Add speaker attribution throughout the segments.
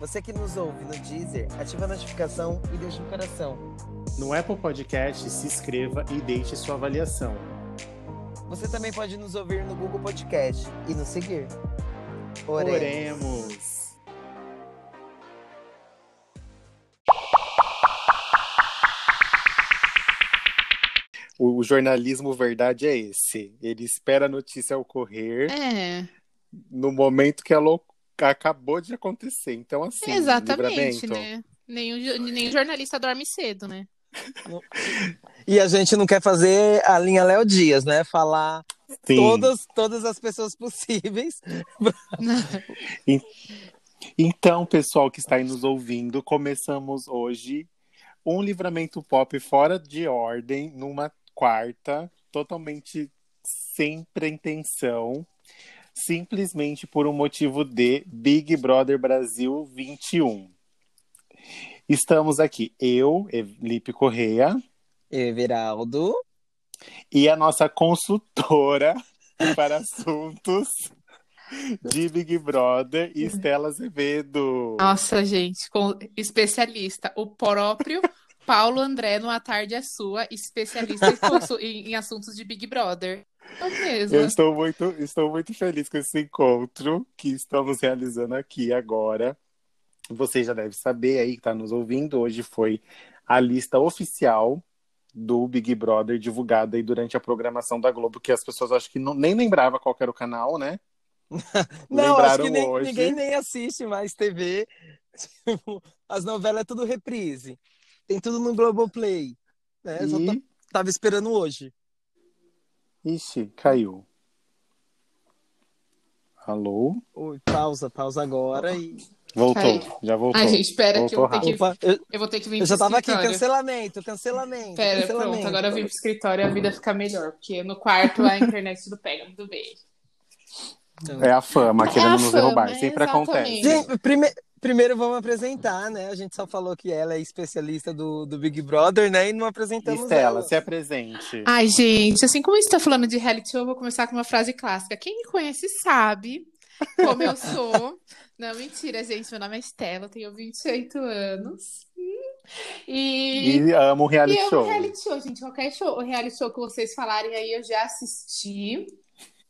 Speaker 1: Você que nos ouve no Deezer, ativa a notificação e deixa um coração.
Speaker 2: No Apple Podcast, se inscreva e deixe sua avaliação.
Speaker 1: Você também pode nos ouvir no Google Podcast e nos seguir.
Speaker 2: Oremos! O o jornalismo verdade é esse. Ele espera a notícia ocorrer
Speaker 3: É,
Speaker 2: no momento que ela o- acabou de acontecer. Então, assim, livramento.
Speaker 3: exatamente, né? Nenhum, jo- nenhum jornalista dorme cedo, né?
Speaker 1: E a gente não quer fazer a linha Léo Dias, né? Falar
Speaker 2: Sim.
Speaker 1: todas, todas as pessoas possíveis.
Speaker 2: Então, pessoal que está aí nos ouvindo, começamos hoje um livramento pop fora de ordem, numa quarta, totalmente sem pretensão, simplesmente por um motivo de Big Brother Brasil 21. Estamos aqui, eu, Lipe Correia,
Speaker 1: Eu, Everaldo.
Speaker 2: e a nossa consultora para assuntos de Big Brother, Estela Azevedo.
Speaker 3: Nossa, gente, com especialista, o próprio Paulo André, numa tarde é sua, especialista em, consu- em- em assuntos de Big Brother. Então, Eu mesmo.
Speaker 2: Eu estou muito, estou muito feliz com esse encontro que estamos realizando aqui agora. Você já deve saber aí que está nos ouvindo. Hoje foi a lista oficial do Big Brother divulgada aí durante a programação da Globo, que as pessoas acho que não, nem lembrava qual que era o canal, né?
Speaker 1: Não, acho
Speaker 2: Lembraram
Speaker 1: que nem-
Speaker 2: hoje.
Speaker 1: ninguém nem assiste mais TV. Tipo, As novelas é tudo reprise. Tem tudo no Globoplay. Né? Eu Só ta-
Speaker 2: E...
Speaker 1: tava esperando hoje.
Speaker 2: Ixi, caiu. Alô?
Speaker 1: Oi, pausa, pausa agora e.
Speaker 2: Voltou,
Speaker 3: Caiu.
Speaker 2: já voltou.
Speaker 3: Ai, gente, espera que eu vou ter
Speaker 2: Voltou
Speaker 3: que,
Speaker 1: Opa, eu,
Speaker 3: eu vou ter que vir
Speaker 1: eu já
Speaker 3: pro
Speaker 1: tava aqui,
Speaker 3: escritório.
Speaker 1: cancelamento, cancelamento.
Speaker 3: Pera,
Speaker 1: cancelamento.
Speaker 3: pronto, agora eu vim pro escritório e a vida fica melhor, porque no quarto a internet tudo pega, tudo bem.
Speaker 1: Então,
Speaker 2: É a fama querendo
Speaker 3: a
Speaker 2: nos
Speaker 3: fama,
Speaker 2: derrubar,
Speaker 3: é
Speaker 2: sempre acontece.
Speaker 3: exatamente.
Speaker 1: Gente, prime- primeiro vamos apresentar, né? A gente só falou que ela é especialista do, do Big Brother, né? E não apresentamos
Speaker 2: Estela,
Speaker 1: ela.
Speaker 2: se apresente.
Speaker 3: Ai, gente, assim como a gente tá falando de reality show, eu vou começar com uma frase clássica. Quem me conhece sabe como eu sou. Não, mentira, gente. Meu nome é Estela, eu tenho 28 anos. Hum. E,
Speaker 2: E amo
Speaker 3: e
Speaker 2: reality
Speaker 3: eu
Speaker 2: show.
Speaker 3: reality show, gente. Qualquer show, o reality show que vocês falarem aí, eu já assisti,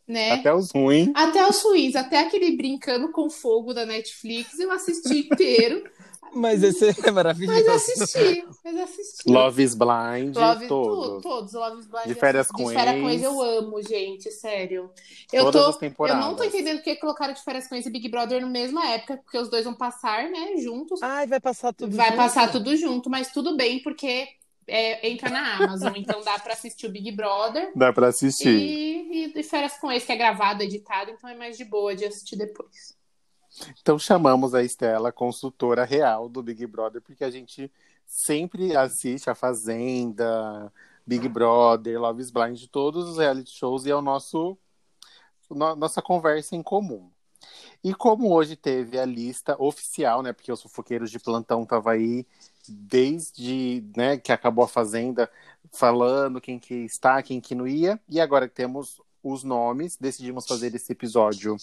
Speaker 3: né?
Speaker 2: Até os ruins.
Speaker 3: Até os ruins, até aquele Brincando com Fogo da Netflix, eu assisti inteiro,
Speaker 1: Mas esse é
Speaker 3: mas
Speaker 1: maravilhoso.
Speaker 3: assisti, mas assisti.
Speaker 2: Love is Blind,
Speaker 3: Love, tu-
Speaker 2: todos.
Speaker 3: todos, Love is Blind.
Speaker 2: De férias
Speaker 3: eu-
Speaker 2: com
Speaker 3: de férias
Speaker 2: ex.
Speaker 3: com ex eu amo, gente, sério. Eu
Speaker 2: todas
Speaker 3: tô,
Speaker 2: as
Speaker 3: eu
Speaker 2: temporadas.
Speaker 3: não tô entendendo porque colocaram de férias com ex e Big Brother na mesma época, porque os dois vão passar, né, juntos.
Speaker 1: Ai, vai passar Ah, tudo.
Speaker 3: Vai
Speaker 1: junto.
Speaker 3: passar tudo junto, mas tudo bem, porque é, entra na Amazon, então dá pra assistir o Big Brother.
Speaker 2: Dá pra assistir.
Speaker 3: E, e de férias com ex, que é gravado, editado, então é mais de boa de assistir depois.
Speaker 2: Então chamamos a Estela, consultora real do Big Brother, porque a gente sempre assiste a Fazenda, Big Brother, Love is Blind, todos os reality shows e é o nosso no- nossa conversa em comum. E como hoje teve a lista oficial, né, porque os fofoqueiros de plantão tava aí desde, né, que acabou a Fazenda, falando quem que está, quem que não ia, e agora que temos os nomes, decidimos fazer esse episódio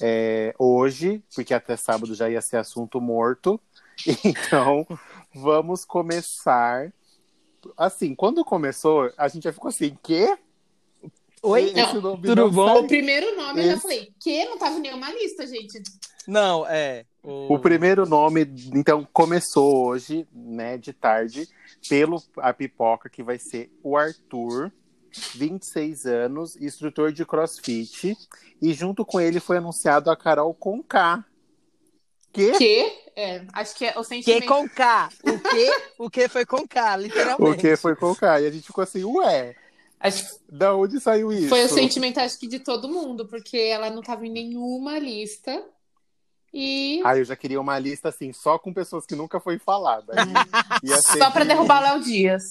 Speaker 2: é, hoje, porque até sábado já ia ser assunto morto. Então, vamos começar. Assim, quando começou, a gente já ficou assim, quê?
Speaker 1: Oi?
Speaker 3: Não,
Speaker 2: nome
Speaker 1: tudo
Speaker 2: não
Speaker 1: bom?
Speaker 2: sai.
Speaker 3: O primeiro nome eu já
Speaker 2: Esse-
Speaker 3: falei, que não tava em nenhuma lista, gente.
Speaker 1: Não, é.
Speaker 2: O primeiro nome, então, começou hoje, né, de tarde, pelo a pipoca, que vai ser o Arthur, 26 anos, instrutor de crossfit. E junto com ele foi anunciado a Carol Conká. Que?
Speaker 3: Que, é, acho que é o
Speaker 1: Que
Speaker 3: sentimento.
Speaker 1: com K. O que? O que foi com K,
Speaker 2: O
Speaker 1: literalmente.
Speaker 2: que foi Conká? E a gente ficou assim, ué,
Speaker 3: Acho que
Speaker 2: da onde saiu
Speaker 3: um
Speaker 2: isso?
Speaker 3: assim. Foi o sentimento, acho que, de todo mundo, porque ela não tava em nenhuma lista. E
Speaker 2: Ah, eu já queria uma lista assim, só com pessoas que nunca foi falada. E- ia ser
Speaker 3: só pra
Speaker 2: que-
Speaker 3: derrubar o Léo Dias.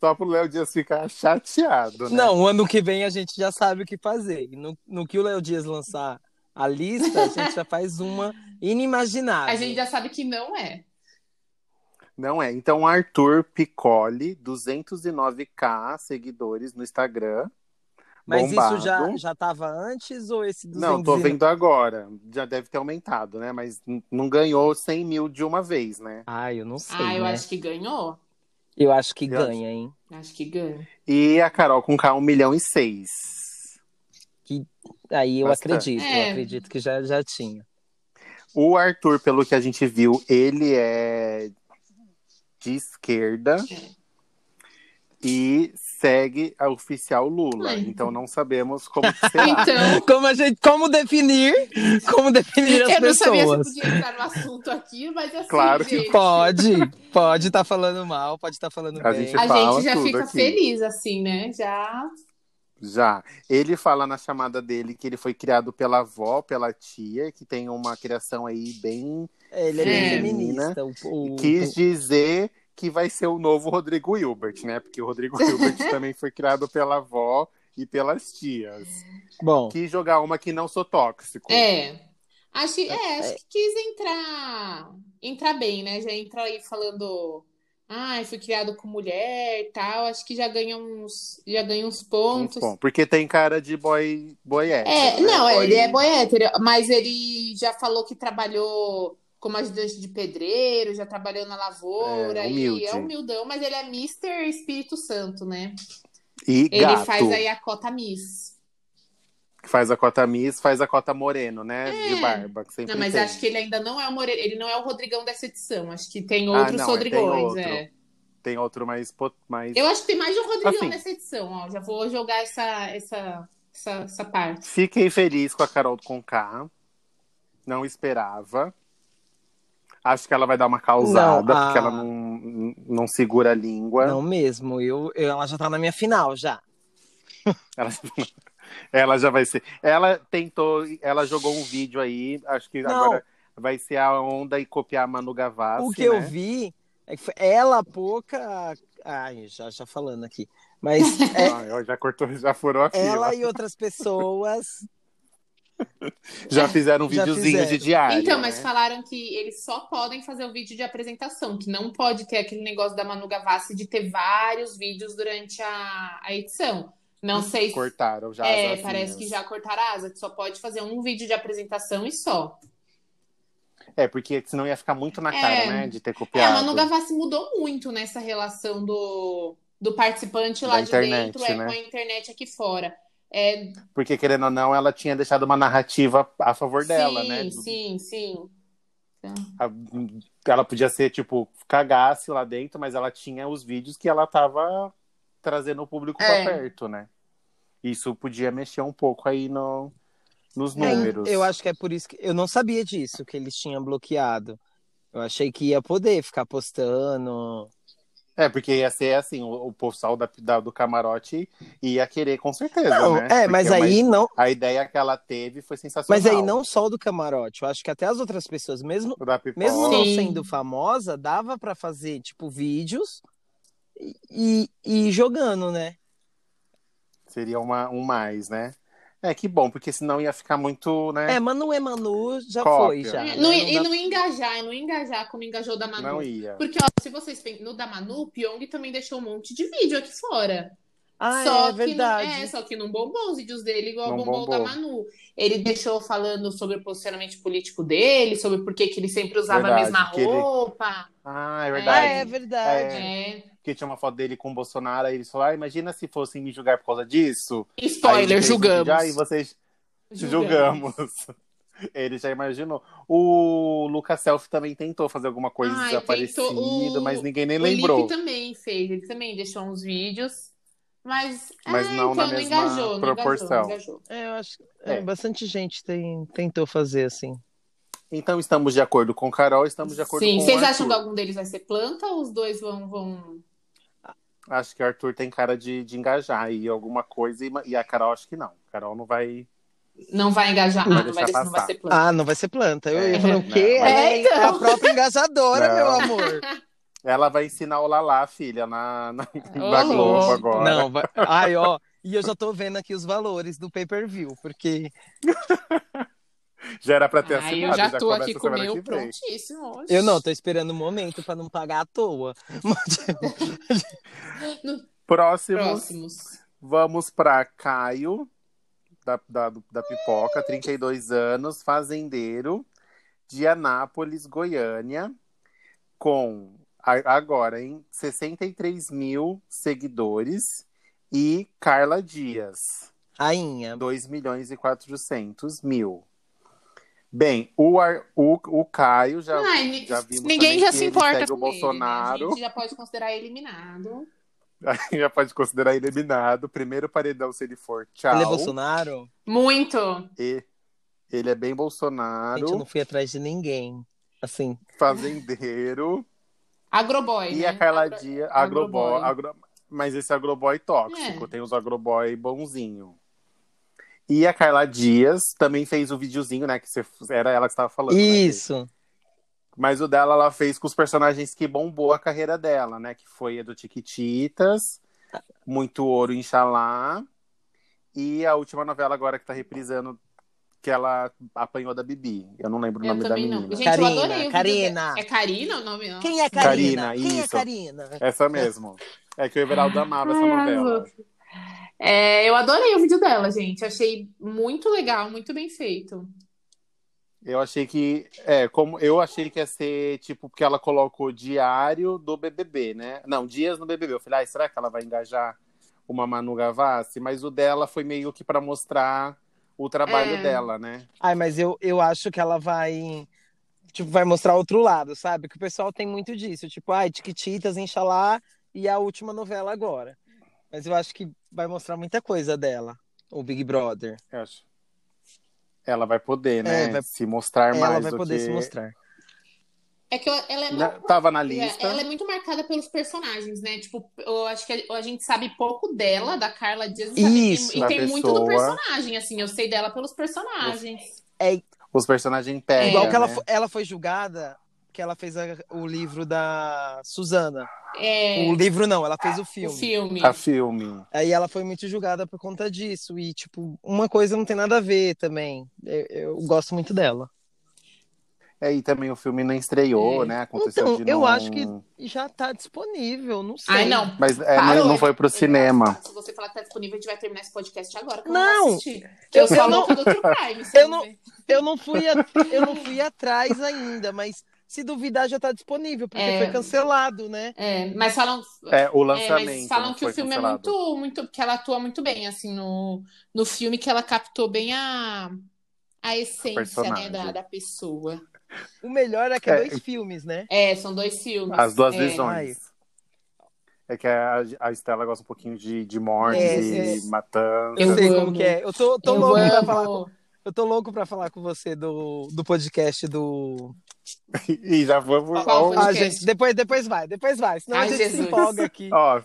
Speaker 2: Só pro Léo Dias ficar chateado, né?
Speaker 1: Não, o ano que vem a gente já sabe o que fazer. E No, no que o Léo Dias lançar a lista, a gente já faz uma
Speaker 2: Ah,
Speaker 1: inimaginável.
Speaker 3: A gente já sabe que não é.
Speaker 2: Não é. Então, Arthur Piccoli, 209k seguidores no Instagram.
Speaker 1: Mas
Speaker 2: bombado.
Speaker 1: isso já, já tava antes ou esse 200
Speaker 2: Não, tô vendo agora. Já deve ter aumentado, né? Mas n- não ganhou 100 mil de uma vez, né?
Speaker 1: Ah, eu não sei.
Speaker 3: ah, eu
Speaker 1: né?
Speaker 3: acho que ganhou.
Speaker 1: Eu acho que
Speaker 2: Eu acho-
Speaker 1: ganha, hein?
Speaker 3: Acho que ganha.
Speaker 2: E a Carol com K, 1 milhão e 6.
Speaker 1: Aí eu
Speaker 2: Bastante.
Speaker 1: acredito,
Speaker 3: É.
Speaker 1: eu acredito que já, já tinha.
Speaker 2: O Arthur, pelo que a gente viu, ele é de esquerda. E segue a oficial Lula.
Speaker 3: Ai.
Speaker 2: Então não sabemos como que será.
Speaker 3: Então,
Speaker 1: Como, a gente, como definir? Como definir as
Speaker 3: eu não sabia se
Speaker 1: pessoas?
Speaker 3: podia entrar no assunto aqui, mas assim,
Speaker 2: Claro que
Speaker 3: gente,
Speaker 1: Pode, pode estar falando mal, pode estar falando
Speaker 2: A
Speaker 1: bem.
Speaker 2: gente é
Speaker 3: a
Speaker 2: Fala
Speaker 3: gente já
Speaker 2: tudo
Speaker 3: fica
Speaker 2: aqui.
Speaker 3: feliz, assim, né? Já.
Speaker 2: Já. Ele fala na chamada dele que ele foi criado pela avó, pela tia, que tem uma criação aí bem.
Speaker 1: Ele é
Speaker 3: É.
Speaker 1: bem feminista. O, o-
Speaker 2: Quis dizer que vai ser o novo Rodrigo Hilbert, né? Porque o Rodrigo Hilbert também foi criado pela avó e pelas tias.
Speaker 1: o- Bom,
Speaker 2: Quis jogar uma que não sou tóxico.
Speaker 3: É. Acho, é, acho que quis entrar, entrar bem, né? Já entra aí falando, ai, fui criado com mulher e tal. Acho que já ganha uns, já ganha uns pontos.
Speaker 2: Bom, porque tem cara de boy, boy
Speaker 3: É,
Speaker 2: hétero, né?
Speaker 3: não, ele é boy hétero, mas ele já falou que trabalhou como ajudante de pedreiro, já trabalhou na lavoura,
Speaker 2: É,
Speaker 3: e
Speaker 2: humilde.
Speaker 3: é humildão, mas ele é Mr. Espírito Santo, né?
Speaker 2: E
Speaker 3: Ele
Speaker 2: gato.
Speaker 3: faz aí a cota Miss.
Speaker 2: Faz a cota Miss, faz a cota Moreno, né?
Speaker 3: É.
Speaker 2: De barba. Que sempre
Speaker 3: Não, mas
Speaker 2: tem.
Speaker 3: acho que ele ainda não é o More... ele não é o Rodrigão dessa edição. Acho que tem
Speaker 2: Ah,
Speaker 3: outros
Speaker 2: não, é, tem
Speaker 3: Rodrigões,
Speaker 2: outro.
Speaker 3: é.
Speaker 2: Tem outro mais. pot- mais...
Speaker 3: Eu acho que tem mais de um Rodrigão
Speaker 2: Assim.
Speaker 3: nessa edição, ó. Já vou jogar essa, essa, essa, essa parte.
Speaker 2: Fiquei feliz com a Carol Conká. Não esperava. Acho que ela vai dar uma causada,
Speaker 1: Não, a-
Speaker 2: porque ela não, não segura a língua.
Speaker 1: não mesmo. Eu, eu- ela já tá na minha final já.
Speaker 2: Ela... ela já vai ser. Ela tentou, ela jogou um vídeo aí, acho que
Speaker 1: Não.
Speaker 2: agora vai ser a onda e copiar a Manu Gavassi.
Speaker 1: o que eu
Speaker 2: né?
Speaker 1: vi é que foi ela pouca. Ai, já, já falando aqui. Mas é,
Speaker 2: Ah, eu já cortou, já furou a fila.
Speaker 1: ela e outras pessoas.
Speaker 2: Já fizeram um
Speaker 1: Já
Speaker 2: videozinho de
Speaker 1: fizeram.
Speaker 2: diário.
Speaker 3: Então, mas
Speaker 2: né?
Speaker 3: falaram que eles só podem fazer o vídeo de apresentação, que não pode ter aquele negócio da Manu Gavassi de ter vários vídeos durante a, a edição. Não sei se.
Speaker 2: cortaram já.
Speaker 3: é,
Speaker 2: as asinhas.
Speaker 3: parece que já cortaram a asa, que só pode fazer um vídeo de apresentação e só.
Speaker 2: É, porque senão ia ficar muito na
Speaker 3: É.
Speaker 2: cara, né? De ter
Speaker 3: É, a
Speaker 2: copiado.
Speaker 3: Manu Gavassi mudou muito nessa relação do, do participante lá
Speaker 2: Da
Speaker 3: de
Speaker 2: internet,
Speaker 3: dentro é,
Speaker 2: né?
Speaker 3: com a internet aqui fora. É,
Speaker 2: Porque, querendo ou não, ela tinha deixado uma narrativa a favor dela,
Speaker 3: sim,
Speaker 2: né?
Speaker 3: sim, sim.
Speaker 2: A- ela podia ser, tipo, cagasse lá dentro, mas ela tinha os vídeos que ela tava trazendo o público
Speaker 3: É.
Speaker 2: pra perto, né? Isso podia mexer um pouco aí no, nos números.
Speaker 1: Eu acho que é por isso que. Eu não sabia disso, que eles tinham bloqueado. Eu achei que ia poder ficar postando.
Speaker 2: É, porque ia ser assim, o, o pessoal da, da- do camarote ia querer, com certeza,
Speaker 1: Não,
Speaker 2: né?
Speaker 1: é,
Speaker 2: Porque
Speaker 1: mas
Speaker 2: é uma-
Speaker 1: aí não.
Speaker 2: A ideia que ela teve foi sensacional.
Speaker 1: Mas aí não só do camarote. Eu acho que até as outras pessoas, mesmo,
Speaker 2: O da pipoca.
Speaker 1: mesmo não
Speaker 3: Sim.
Speaker 1: sendo famosa, dava pra fazer, tipo, vídeos e, e ir jogando, né?
Speaker 2: Seria uma, um mais, né? É, que bom, porque senão ia ficar muito, né?
Speaker 1: É, Manu é Manu, já
Speaker 2: Cópia.
Speaker 1: foi, já.
Speaker 2: É,
Speaker 1: né?
Speaker 3: Não,
Speaker 1: Não
Speaker 3: e
Speaker 1: dá-
Speaker 3: não, engajar, não engajar como engajou o da Manu.
Speaker 2: não ia.
Speaker 3: Porque, ó, se vocês pensam, no da Manu, o Pyong também deixou um monte de vídeo aqui fora.
Speaker 1: Ah,
Speaker 3: só
Speaker 1: é
Speaker 3: Que não, é,
Speaker 1: verdade.
Speaker 3: só que não bombou os vídeos dele igual
Speaker 2: Não
Speaker 3: bombou o da
Speaker 2: bombou.
Speaker 3: Manu. Ele deixou falando sobre o posicionamento político dele, sobre por que que ele sempre usava
Speaker 2: Verdade,
Speaker 3: a mesma
Speaker 2: que ele-
Speaker 3: roupa.
Speaker 2: Ah, é
Speaker 1: Ah,
Speaker 2: verdade.
Speaker 1: é verdade.
Speaker 3: É.
Speaker 2: Porque tinha uma foto dele com o Bolsonaro, aí eles falaram, ah, imagina se fossem me julgar por causa disso. Aí ele
Speaker 3: Spoiler,
Speaker 2: fez um vídeo,
Speaker 3: julgamos.
Speaker 2: Aí vocês julgamos. Ele já imaginou. O Lucas Self também tentou fazer alguma coisa
Speaker 3: Ai,
Speaker 2: desaparecida,
Speaker 3: Ah, tentou. O-
Speaker 2: mas ninguém nem
Speaker 3: O
Speaker 2: lembrou.
Speaker 3: Lipe também fez, ele também deixou uns vídeos. Mas,
Speaker 2: Mas
Speaker 3: é,
Speaker 2: não
Speaker 3: então,
Speaker 2: na
Speaker 3: não
Speaker 2: mesma
Speaker 3: engajou, não
Speaker 2: proporção.
Speaker 3: engajou, não engajou.
Speaker 1: É, eu acho que é,
Speaker 2: É.
Speaker 1: bastante gente tem, tentou fazer assim.
Speaker 2: Então estamos de acordo com Carol, estamos de acordo
Speaker 3: Sim,
Speaker 2: com o
Speaker 3: vocês
Speaker 2: Arthur.
Speaker 3: acham que algum deles vai ser planta ou os dois vão. vão...
Speaker 2: Acho que o Arthur tem cara de, de engajar e alguma coisa, e, ma- e a Carol acho que não. Carol não vai
Speaker 3: Não vai engajar. Ah, não vai,
Speaker 2: deixar
Speaker 3: não vai
Speaker 2: passar.
Speaker 3: ser plano.
Speaker 1: Ah, não vai ser planta. Eu ia
Speaker 2: É.
Speaker 1: falar o quê?
Speaker 2: Não.
Speaker 1: Ela é,
Speaker 3: É, então.
Speaker 1: é a própria engajadora,
Speaker 2: Não.
Speaker 1: meu amor.
Speaker 2: Ela vai ensinar o Lalá, filha, na, na,
Speaker 3: Ô,
Speaker 2: na Globo
Speaker 3: louco.
Speaker 2: agora.
Speaker 1: Não, vai... Ai, ó. E eu já tô vendo aqui os valores do pay-per-view, porque
Speaker 2: Já era pra ter
Speaker 3: Ai,
Speaker 2: assinado.
Speaker 3: Ah, eu já tô
Speaker 2: começa
Speaker 3: aqui com o
Speaker 2: semana
Speaker 3: meu
Speaker 2: que vem.
Speaker 3: prontíssimo hoje.
Speaker 1: eu não, tô esperando o momento pra não pagar à toa.
Speaker 2: Próximos,
Speaker 3: Próximos.
Speaker 2: vamos pra Caio, da, da, da Pipoca, 32 anos, fazendeiro, de Anápolis, Goiânia, com, a- agora, hein, 63 mil seguidores. E Carla Dias,
Speaker 1: Rainha.
Speaker 2: 2 milhões e 400 mil. Bem, o, Ar- o, o Caio já.
Speaker 3: Ai, ni-
Speaker 2: já vimos
Speaker 3: ninguém
Speaker 2: também
Speaker 3: já
Speaker 2: que
Speaker 3: se
Speaker 2: ele
Speaker 3: importa
Speaker 2: segue
Speaker 3: com
Speaker 2: o Bolsonaro.
Speaker 3: Ele, né? A gente já pode considerar eliminado.
Speaker 2: já pode considerar eliminado. Primeiro paredão, se ele for tchau.
Speaker 1: Ele é Bolsonaro?
Speaker 3: Muito.
Speaker 2: E ele é bem Bolsonaro,
Speaker 1: Gente, eu não fui atrás de ninguém. Assim,
Speaker 2: fazendeiro.
Speaker 3: Agroboy,
Speaker 2: E é
Speaker 3: né?
Speaker 2: a Carla
Speaker 3: Agro-
Speaker 2: Dias, agroboy.
Speaker 3: Agroboy.
Speaker 2: agro- Mas esse agroboy tóxico,
Speaker 3: É.
Speaker 2: tem os agroboy bonzinho. E a Carla Dias também fez o videozinho, né? Que você- era ela que estava falando. né, gente?
Speaker 1: isso.
Speaker 2: Mas o dela ela fez com os personagens que bombou a carreira dela, né? Que foi a do Tiquititas, Muito Ouro, Inxalá. E a última novela agora que tá reprisando, que ela apanhou da Bibi. Eu não lembro o
Speaker 3: Eu
Speaker 2: nome da
Speaker 3: também
Speaker 2: menina.
Speaker 3: não. Gente,
Speaker 1: Karina,
Speaker 3: eu adorei o vídeo
Speaker 1: Karina.
Speaker 3: dela. É Karina o nome? Não?
Speaker 1: Quem é Karina?
Speaker 2: Karina,
Speaker 1: Quem é
Speaker 2: isso.
Speaker 1: Karina?
Speaker 2: Essa mesmo. É que o Everaldo amava essa
Speaker 3: Ai,
Speaker 2: novela.
Speaker 3: amor. É, eu adorei o vídeo dela, gente. Achei muito legal, muito bem feito.
Speaker 2: Eu achei que. É, como eu achei que ia ser, tipo, porque ela colocou diário do BBB, né? Não, dias no BBB. Eu falei, ai, será que ela vai engajar uma Manu Gavassi? Mas o dela foi meio que pra mostrar o trabalho
Speaker 3: É.
Speaker 2: dela, né?
Speaker 1: Ai, mas eu, eu acho que ela vai. Tipo, vai mostrar outro lado, sabe? Que o pessoal tem muito disso. Tipo, ai, Tiquititas, Inxalá e a última novela agora. Mas eu acho que vai mostrar muita coisa dela, o Big Brother.
Speaker 2: Eu acho. Ela vai poder, né?
Speaker 1: É, vai-
Speaker 2: Se mostrar
Speaker 1: Ela
Speaker 2: mais
Speaker 1: vai
Speaker 2: do
Speaker 1: poder
Speaker 2: que...
Speaker 1: se mostrar.
Speaker 3: É que eu- ela é
Speaker 2: Na-
Speaker 3: muito
Speaker 2: Tava na
Speaker 3: É,
Speaker 2: lista.
Speaker 3: Ela é muito marcada pelos personagens, né? Tipo, eu acho que a, a gente sabe pouco dela, da Carla Dias. e sabe-
Speaker 1: Isso.
Speaker 3: e, e
Speaker 2: Da
Speaker 3: tem muito do
Speaker 2: pessoa.
Speaker 3: personagem, assim. Eu sei dela pelos personagens.
Speaker 2: Os personagens pegam.
Speaker 1: Igual que ela,
Speaker 2: né?
Speaker 1: fo- ela foi julgada, que ela fez a- o livro da Suzana.
Speaker 3: É,
Speaker 1: O livro não, ela fez Ah, o
Speaker 3: o
Speaker 1: filme.
Speaker 3: filme.
Speaker 2: A filme.
Speaker 1: Aí ela foi muito julgada por conta disso. E, tipo, uma coisa não tem nada a ver também. Eu, eu gosto muito dela.
Speaker 2: É, e também o filme não estreou,
Speaker 3: É.
Speaker 2: né? Aconteceu
Speaker 1: Então,
Speaker 2: de
Speaker 1: eu
Speaker 2: não-
Speaker 1: acho que- E já tá disponível, não sei.
Speaker 3: Ai, não.
Speaker 2: Mas é,
Speaker 3: Parou,
Speaker 2: não, não foi pro cinema.
Speaker 3: Se você falar que tá disponível, a gente vai terminar esse podcast agora. que eu
Speaker 1: Não.
Speaker 3: Não! vou assistir. Eu,
Speaker 1: Eu
Speaker 3: sou
Speaker 1: não-
Speaker 3: a louca do True Crime.
Speaker 1: Eu não- Eu não fui, a- eu não fui atrás ainda, mas se duvidar já tá disponível, porque
Speaker 3: É.
Speaker 1: foi cancelado, né?
Speaker 3: É, mas falam,
Speaker 2: É, o
Speaker 3: é,
Speaker 2: lançamento.
Speaker 3: mas falam
Speaker 2: não
Speaker 3: que o
Speaker 2: foi
Speaker 3: filme
Speaker 2: cancelado.
Speaker 3: é muito, muito. que ela atua muito bem, assim, no, no filme, que ela captou bem a, a essência, né,
Speaker 2: Personagem.
Speaker 3: da, da pessoa.
Speaker 1: O melhor é que é
Speaker 2: É.
Speaker 1: dois filmes, né?
Speaker 3: É, são dois filmes.
Speaker 2: As duas
Speaker 3: É.
Speaker 2: visões. É que a, a Estela gosta um pouquinho de, de morte,
Speaker 1: É,
Speaker 2: de
Speaker 1: é.
Speaker 2: matança.
Speaker 1: Eu
Speaker 3: Eu
Speaker 1: sei
Speaker 3: amo.
Speaker 1: como que é. Eu tô, tô
Speaker 3: eu
Speaker 1: louco pra
Speaker 3: amo.
Speaker 1: falar. Eu tô louco pra falar com você do, do podcast do.
Speaker 2: E já vamos.
Speaker 3: Qual
Speaker 2: Ó,
Speaker 3: foi?
Speaker 1: Ah,
Speaker 3: Podcast.
Speaker 1: gente, depois, depois vai, depois vai. Senão a
Speaker 3: Ai,
Speaker 1: gente se
Speaker 3: Jesus.
Speaker 1: empolga aqui.
Speaker 2: ó,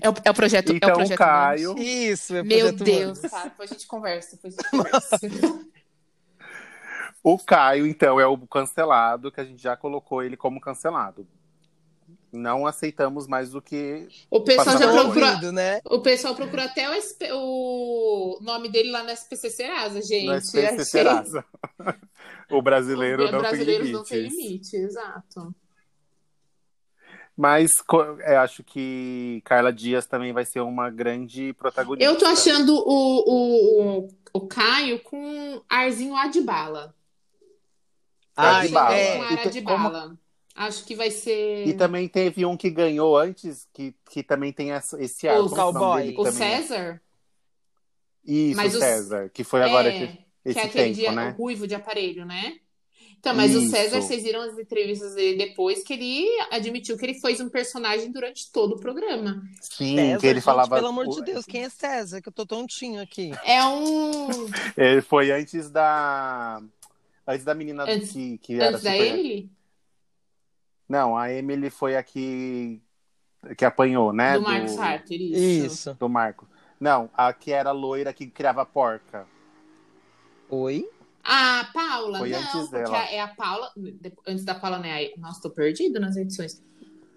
Speaker 3: É o, é o projeto. é
Speaker 2: Então,
Speaker 3: o projeto
Speaker 2: Caio.
Speaker 3: Humanos.
Speaker 1: Isso, é
Speaker 3: Meu
Speaker 1: projeto
Speaker 3: Deus,
Speaker 1: humano.
Speaker 3: tá? Depois a gente conversa. Depois a gente conversa.
Speaker 2: o Caio, então, é o cancelado, que a gente já colocou ele como cancelado. Não aceitamos mais do que.
Speaker 3: O pessoal
Speaker 2: Passa
Speaker 3: já
Speaker 2: pra
Speaker 3: procura.
Speaker 1: Ouvido, né?
Speaker 3: O pessoal procura até o, SP o nome dele lá no SPC Serasa, gente.
Speaker 2: Nós fez
Speaker 3: Achei-
Speaker 2: Serasa. O brasileiro não tem
Speaker 3: Brasileiros não tem
Speaker 2: limites.
Speaker 3: limite, exato.
Speaker 2: Mas co- é, acho que Carla Dias também vai ser uma grande protagonista.
Speaker 3: Eu tô achando o, o, o, o Caio com um arzinho Adbala.
Speaker 1: Ai,
Speaker 2: Adbala.
Speaker 1: é.
Speaker 3: Com
Speaker 2: E
Speaker 3: ar
Speaker 2: tem- como-
Speaker 3: Adbala. Acho que vai ser.
Speaker 2: E também teve um que ganhou antes, que, que também tem essa- esse ar.
Speaker 3: O
Speaker 2: como é nome
Speaker 1: cowboy.
Speaker 2: dele
Speaker 3: O
Speaker 2: também?
Speaker 3: César?
Speaker 2: Isso,
Speaker 3: Mas
Speaker 2: o
Speaker 3: o-
Speaker 2: César, que foi agora
Speaker 3: É.
Speaker 2: que, esse
Speaker 3: que é aquele
Speaker 2: tempo,
Speaker 3: dia
Speaker 2: né?
Speaker 3: ruivo de aparelho, né? Então, mas
Speaker 2: Isso.
Speaker 3: o César, vocês viram as entrevistas dele depois que ele admitiu que ele fez um personagem durante todo o programa.
Speaker 2: Sim,
Speaker 1: César,
Speaker 2: que ele
Speaker 1: gente,
Speaker 2: falava.
Speaker 1: Pelo amor
Speaker 2: o-
Speaker 1: de Deus, quem é César? Que eu tô tontinho aqui.
Speaker 3: É um.
Speaker 2: Ele foi antes da. Antes da menina
Speaker 3: Antes-
Speaker 2: que, que era
Speaker 3: Antes da
Speaker 2: super-
Speaker 3: Emily?
Speaker 2: Não, a Emily foi a que, que apanhou, né?
Speaker 3: do Marcos Harper. Isso.
Speaker 1: Isso.
Speaker 2: do Marco. Não, a que era loira que criava porca.
Speaker 1: Oi?
Speaker 3: A Paula,
Speaker 2: Foi
Speaker 3: não,
Speaker 2: antes
Speaker 3: porque
Speaker 2: dela.
Speaker 3: a- é a Paula. de- Antes da Paula, né? a- Nossa, tô perdido nas edições.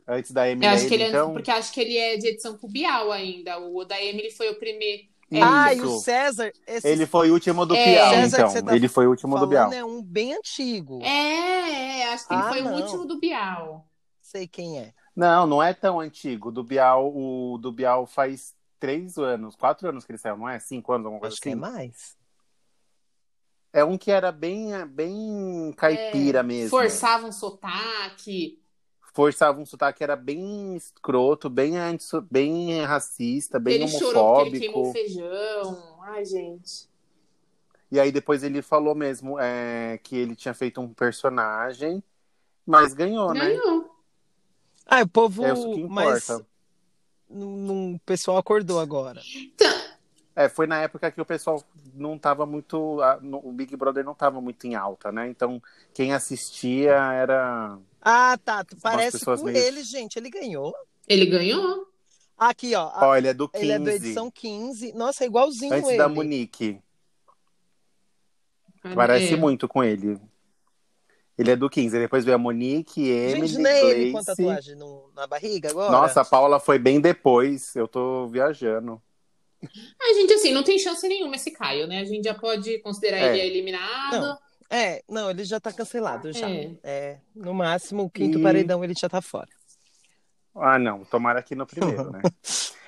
Speaker 2: Antes da Emily,
Speaker 3: Eu acho que ele é-
Speaker 2: então.
Speaker 3: porque acho que ele é de edição cubial ainda. O da Emily foi o primeiro.
Speaker 2: Isso.
Speaker 1: Ah, e o César, esse
Speaker 2: Ele foi o último do
Speaker 3: É,
Speaker 2: Bial,
Speaker 1: César, que
Speaker 2: então.
Speaker 1: você tá
Speaker 2: Ele foi o último do
Speaker 1: falando
Speaker 2: Bial.
Speaker 1: é um bem antigo.
Speaker 3: É, é, acho que ele
Speaker 1: Ah,
Speaker 3: foi
Speaker 1: não.
Speaker 3: o último do Bial.
Speaker 1: Sei quem é.
Speaker 2: Não, não é tão antigo. Do Bial, o do Bial faz três anos, quatro anos que ele saiu, não é? Cinco anos, alguma coisa
Speaker 1: Acho que é
Speaker 2: assim.
Speaker 1: mais.
Speaker 2: É um que era bem, bem caipira mesmo.
Speaker 3: Forçava um sotaque.
Speaker 2: Forçava um sotaque, era bem escroto, bem, anti, bem racista, bem
Speaker 3: ele chorou porque ele queimou o
Speaker 2: homofóbico.
Speaker 3: feijão. Ai, gente.
Speaker 2: E aí depois ele falou mesmo é, que ele tinha feito um personagem, mas ganhou, né?
Speaker 3: Ganhou.
Speaker 1: Ah, o povo.
Speaker 2: É isso que
Speaker 1: mas
Speaker 2: importa.
Speaker 1: num- num- o pessoal acordou agora.
Speaker 2: É, foi na época que o pessoal não tava muito. a- no- o Big Brother não tava muito em alta, né? Então, quem assistia era.
Speaker 1: Ah, tá. tu Parece
Speaker 2: pessoas
Speaker 1: por
Speaker 2: meio-
Speaker 1: ele, gente. Ele ganhou.
Speaker 3: Ele ganhou.
Speaker 1: Aqui, ó. a-
Speaker 2: Olha, do 15.
Speaker 1: Ele é da edição 15. Nossa, é igualzinho
Speaker 2: antes
Speaker 1: ele.
Speaker 2: da Monique. Parece
Speaker 3: É.
Speaker 2: muito com ele. Ele é do 15. Depois veio a Monique, Emily,
Speaker 1: Gente, não é ele com a
Speaker 2: Gleice.
Speaker 1: tatuagem no- na barriga agora?
Speaker 2: Nossa, a Paula foi bem depois. Eu tô viajando.
Speaker 3: A gente, assim, não tem chance nenhuma esse Caio, né? A gente já pode considerar
Speaker 2: É.
Speaker 3: ele eliminado.
Speaker 1: Não, É, não, ele já tá cancelado já.
Speaker 3: É.
Speaker 1: É, no máximo, o quinto
Speaker 2: E-
Speaker 1: paredão ele já tá fora.
Speaker 2: Ah, não. Tomara aqui no primeiro, né?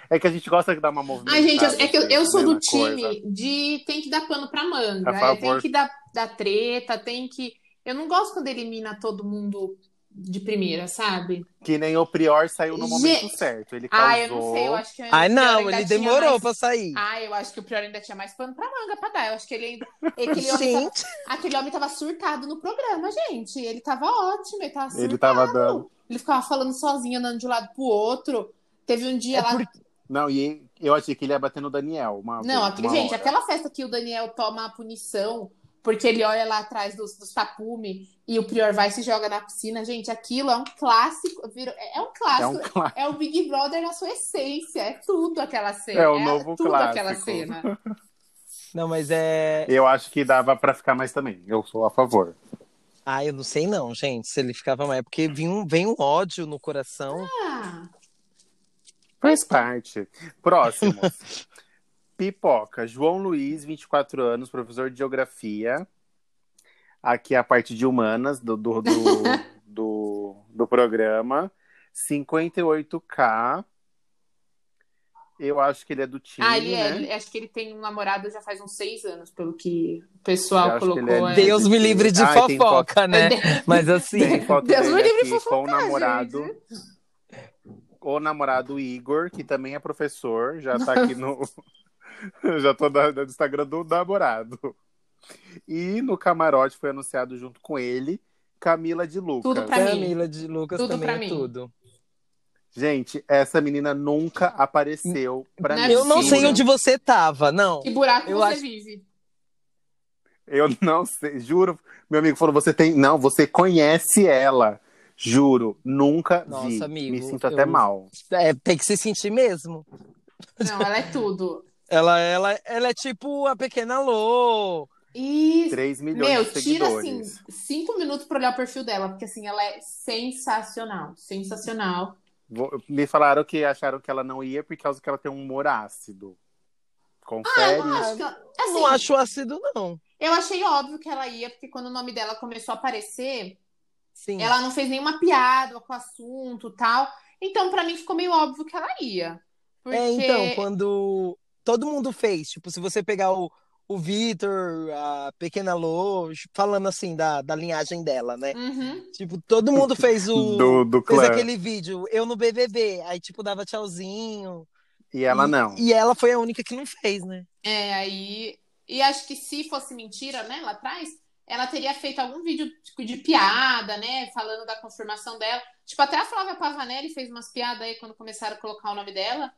Speaker 2: É que a gente gosta de dar uma movimentada.
Speaker 3: Ai, gente,
Speaker 1: tá.
Speaker 3: é que eu, eu sou do
Speaker 2: né, na
Speaker 3: time
Speaker 2: coisa.
Speaker 3: de tem que dar pano pra manga.
Speaker 2: A
Speaker 3: é,
Speaker 2: favor.
Speaker 3: tem que dar, dar treta, tem que. Eu não gosto quando elimina todo mundo de primeira, sabe?
Speaker 2: Que nem o Prior saiu no momento
Speaker 3: Gente.
Speaker 2: certo. Ele causou.
Speaker 3: Ah, eu não sei, eu acho que.
Speaker 1: Ai,
Speaker 3: o
Speaker 1: não,
Speaker 3: Prior ainda
Speaker 1: ele
Speaker 3: tinha
Speaker 1: demorou
Speaker 3: mais-
Speaker 1: pra sair.
Speaker 3: Ah, eu acho que o Prior ainda tinha mais pano pra manga pra dar. Eu acho Ah, que ele. Aquele homem, tava,
Speaker 1: Gente,
Speaker 3: aquele homem tava surtado no programa, gente. Ele tava ótimo, ele tava
Speaker 2: Ele tá-
Speaker 3: surtado.
Speaker 2: tava dando.
Speaker 3: Ele ficava falando sozinho, andando de um lado pro outro. Teve um dia
Speaker 1: É
Speaker 3: lá
Speaker 2: Não, e eu achei que ele ia bater no Daniel. Uma
Speaker 3: Não,
Speaker 2: vez,
Speaker 3: aquele-
Speaker 2: uma
Speaker 3: gente,
Speaker 2: hora.
Speaker 3: aquela festa que o Daniel toma a punição porque ele olha lá atrás dos, dos tapume e o Prior vai e se joga na piscina, gente, aquilo é um clássico, virou- é é um
Speaker 2: É
Speaker 3: clássico,
Speaker 2: um clássico.
Speaker 3: é o Big Brother na sua essência, é tudo aquela cena,
Speaker 2: É o novo
Speaker 3: tudo
Speaker 2: clássico.
Speaker 3: aquela cena.
Speaker 1: não, mas é.
Speaker 2: Eu acho que dava pra ficar mais também. Eu sou a favor.
Speaker 1: Ah, eu não sei não, gente, se ele ficava mais. Porque vem um, vem um ódio no coração.
Speaker 3: Ah,
Speaker 2: Faz parte. Próximo. Pipoca. João Luiz, 24 anos, professor de geografia. Aqui é a parte de humanas do, do, do, do, do programa. 58k. Eu acho que ele é do time,
Speaker 3: ah, ele é,
Speaker 2: né?
Speaker 3: ele- acho que ele tem um namorado já faz uns seis anos, pelo que o
Speaker 2: Eu
Speaker 3: pessoal
Speaker 2: acho que ele
Speaker 3: colocou.
Speaker 2: é-
Speaker 3: é.
Speaker 1: Deus me livre de
Speaker 2: Ai, tem
Speaker 1: fofoca, né? Mas assim,
Speaker 2: Tem foto
Speaker 3: Deus me
Speaker 2: dele
Speaker 3: livre
Speaker 2: aqui com o
Speaker 3: fofocar,
Speaker 2: é um namorado. O namorado Igor, que também é professor, já tá aqui no. já tô da- do Instagram do namorado. E no camarote foi anunciado junto com ele Camila de Lucas.
Speaker 3: Tudo pra mim.
Speaker 1: Camila de Lucas
Speaker 3: Tudo
Speaker 1: também
Speaker 3: pra
Speaker 1: é
Speaker 3: mim.
Speaker 1: tudo.
Speaker 2: Gente, essa menina nunca apareceu pra
Speaker 3: Não é
Speaker 2: mim.
Speaker 1: Eu não sei
Speaker 2: juro.
Speaker 1: onde você tava, não.
Speaker 3: Que buraco
Speaker 1: Eu
Speaker 3: você
Speaker 1: acho-
Speaker 3: vive?
Speaker 2: Eu não sei, juro. Meu amigo falou: você tem. Não, você conhece ela. Juro, nunca
Speaker 1: Nossa,
Speaker 2: vi.
Speaker 1: amigo,
Speaker 2: Me sinto até
Speaker 1: eu-
Speaker 2: mal.
Speaker 1: É, tem que se sentir mesmo.
Speaker 3: Não, ela é tudo.
Speaker 1: Ela, ela, ela é tipo a pequena Lô.
Speaker 3: Isso.
Speaker 2: 3 milhões
Speaker 3: Meu,
Speaker 2: de
Speaker 3: tira
Speaker 2: seguidores.
Speaker 3: assim cinco minutos pra olhar o perfil dela, porque assim ela é sensacional, sensacional.
Speaker 2: Vou- Me falaram que acharam que ela não ia por causa que ela tem um humor ácido.
Speaker 3: Eu
Speaker 2: Confere.
Speaker 3: não acho que ela- assim,
Speaker 1: Não acho ácido, não.
Speaker 3: eu achei óbvio que ela ia, porque quando o nome dela começou a aparecer,
Speaker 1: Sim.
Speaker 3: ela não fez nenhuma piada com o assunto, tal. Então pra mim ficou meio óbvio que ela ia. Porque
Speaker 1: É, então, quando todo mundo fez, tipo, se você pegar o, o Vitor, a Pequena Lô, falando assim da, da linhagem dela, né?
Speaker 3: Uhum.
Speaker 1: Tipo, todo mundo fez o
Speaker 2: do, do
Speaker 1: fez
Speaker 2: clã.
Speaker 1: aquele vídeo, eu no BBB, aí tipo dava tchauzinho.
Speaker 2: E ela
Speaker 1: E-
Speaker 2: não.
Speaker 1: E ela foi a única que não fez, né?
Speaker 3: É, aí e acho que se fosse mentira, né, lá atrás, ela teria feito algum vídeo tipo, de piada, né, falando da confirmação dela. Tipo, até a Flávia Pavanelli fez umas piadas aí quando começaram a colocar o nome dela.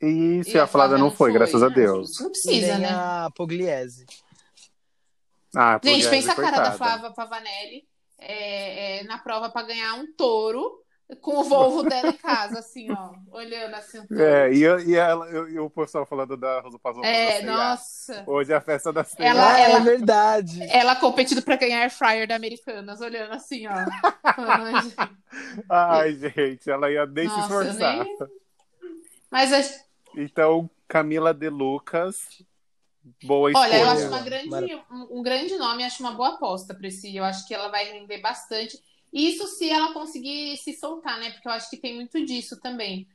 Speaker 2: Isso, e
Speaker 3: E
Speaker 2: a Flávia não foi, graças a
Speaker 3: né,
Speaker 2: Deus.
Speaker 3: gente? Não
Speaker 1: E
Speaker 3: precisa,
Speaker 1: nem
Speaker 3: né?
Speaker 1: a Pugliese.
Speaker 2: Ah,
Speaker 3: Gente,
Speaker 2: Pugliese,
Speaker 3: pensa a cara da
Speaker 2: coitada.
Speaker 3: Flávia Pavanelli é, é, na prova pra ganhar um touro Com o Volvo dela em casa, assim, ó. Olhando assim.
Speaker 2: É, e, eu- e ela, eu- e o pessoal falando da Rosa Pazão.
Speaker 3: É, nossa.
Speaker 2: Hoje é a festa da ceia.
Speaker 3: Ela-
Speaker 1: ah,
Speaker 3: ela-
Speaker 1: é verdade.
Speaker 3: Ela competindo pra ganhar air fryer da Americanas, olhando assim, ó. Falando, "Ai,
Speaker 2: Ai, gente, ela ia nem se
Speaker 3: Nossa,
Speaker 2: esforçar.
Speaker 3: nem- Mas a-
Speaker 2: Então, Camila de Lucas, boa
Speaker 3: olha, eu
Speaker 2: escolha.
Speaker 3: acho uma grande,
Speaker 1: Mara-
Speaker 3: um, um grande nome, acho uma boa aposta pra esse. Eu acho que ela vai render bastante. Isso se ela conseguir se soltar, né? Porque eu acho que tem muito disso também.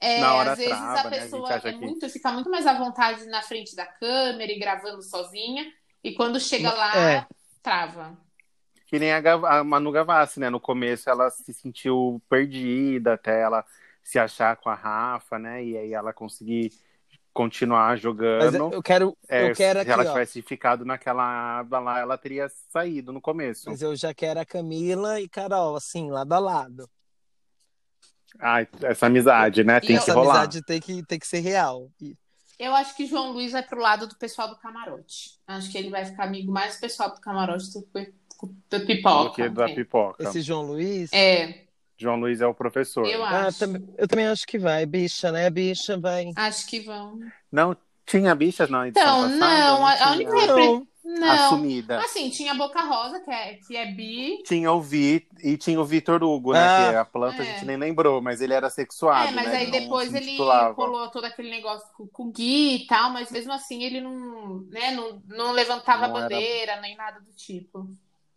Speaker 3: É,
Speaker 2: Na hora
Speaker 3: às vezes
Speaker 2: trava,
Speaker 3: a
Speaker 2: né? A
Speaker 3: pessoa
Speaker 2: gente acha
Speaker 3: é
Speaker 2: que-
Speaker 3: muito, fica muito mais à vontade na frente da câmera e gravando sozinha. E quando chega lá,
Speaker 1: É.
Speaker 3: trava.
Speaker 2: Que nem a, Gav- a Manu Gavassi, né? No começo ela se sentiu perdida até ela se achar com a Rafa, né? E aí ela conseguir continuar
Speaker 1: Mas
Speaker 2: jogando.
Speaker 1: eu, eu quero,
Speaker 2: É,
Speaker 1: eu quero
Speaker 2: se
Speaker 1: aqui,
Speaker 2: ela
Speaker 1: ó.
Speaker 2: tivesse ficado naquela aba lá, ela teria saído no começo.
Speaker 1: Mas eu já quero a Camila e Carol, assim, lado a lado.
Speaker 2: Ai, essa amizade, né? Tem
Speaker 3: E
Speaker 2: que
Speaker 1: Essa
Speaker 2: rolar.
Speaker 1: amizade tem que, tem que ser real. E-
Speaker 3: Eu acho que João Luiz vai pro lado do pessoal do camarote. Acho que ele vai ficar amigo mais do pessoal do camarote do que do
Speaker 2: Do
Speaker 3: pipoca.
Speaker 2: que da
Speaker 3: É.
Speaker 2: pipoca.
Speaker 1: Esse João Luiz.
Speaker 3: É,
Speaker 2: João Luiz é o professor.
Speaker 3: eu
Speaker 1: Ah,
Speaker 3: acho.
Speaker 1: tam- eu também acho que vai, bicha, né? Bicha vai.
Speaker 3: Acho que vão.
Speaker 2: Não tinha bichas na edição
Speaker 3: Então,
Speaker 2: passada?
Speaker 3: não, a- a
Speaker 2: tinha.
Speaker 3: única-
Speaker 1: Não,
Speaker 3: Não.
Speaker 2: Assumida.
Speaker 3: Assim, tinha a Boca Rosa, que é, que é bi.
Speaker 2: Tinha o Vi e tinha o Vitor Hugo, né?
Speaker 1: Ah.
Speaker 2: que a planta a gente
Speaker 3: É.
Speaker 2: nem lembrou, mas ele era sexuado.
Speaker 3: é, mas
Speaker 2: né,
Speaker 3: aí
Speaker 2: não
Speaker 3: depois
Speaker 2: se
Speaker 3: ele
Speaker 2: intitulava.
Speaker 3: colou todo aquele negócio com, com o Gui e tal, mas mesmo assim ele não, né, não, não levantava
Speaker 2: Não era-
Speaker 3: bandeira nem nada do tipo.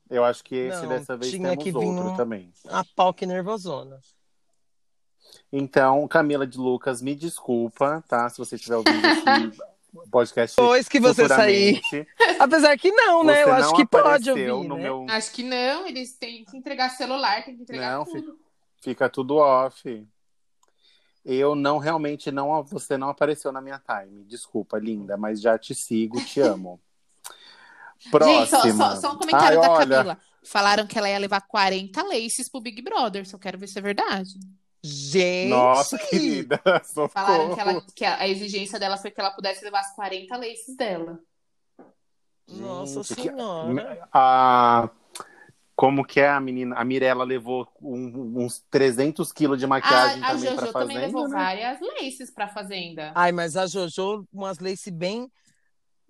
Speaker 2: Eu acho que esse
Speaker 1: Não,
Speaker 2: dessa vez
Speaker 1: tinha
Speaker 2: temos
Speaker 1: que vir
Speaker 2: outro
Speaker 1: um-
Speaker 2: também.
Speaker 1: a pau que nervosona.
Speaker 2: Então, Camila de Lucas, me desculpa, tá? Se você estiver ouvindo esse podcast.
Speaker 1: Depois que você sair.
Speaker 2: futuramente,
Speaker 1: Apesar que não, né?
Speaker 2: você
Speaker 1: eu acho
Speaker 2: não
Speaker 1: que pode
Speaker 2: apareceu
Speaker 1: ouvir,
Speaker 2: no
Speaker 1: né?
Speaker 2: meu-
Speaker 3: Acho que não, eles têm que entregar celular, tem que entregar
Speaker 2: Não,
Speaker 3: tudo.
Speaker 2: Fica tudo off. Eu não realmente não, você não apareceu na minha time. Desculpa, linda, mas já te sigo, te amo. Próxima.
Speaker 3: Gente, só, só- só um comentário
Speaker 2: Ai,
Speaker 3: da
Speaker 2: olha,
Speaker 3: Camila. Falaram que ela ia levar 40 laces pro Big Brother. Só quero ver se é verdade.
Speaker 1: Gente!
Speaker 2: Nossa, querida, socorro.
Speaker 3: Falaram que, ela- que a, a exigência dela foi que ela pudesse levar as 40 laces dela.
Speaker 1: Nossa
Speaker 2: Gente, que-
Speaker 1: Senhora.
Speaker 2: A- Ah, como que é a menina? A Mirella levou um- uns 300 quilos de maquiagem
Speaker 3: Ah, A, a
Speaker 2: também pra
Speaker 3: Jojo também
Speaker 2: fazenda.
Speaker 3: levou
Speaker 2: né?
Speaker 3: várias laces pra fazenda.
Speaker 1: Ai, mas a Jojo, umas lace bem.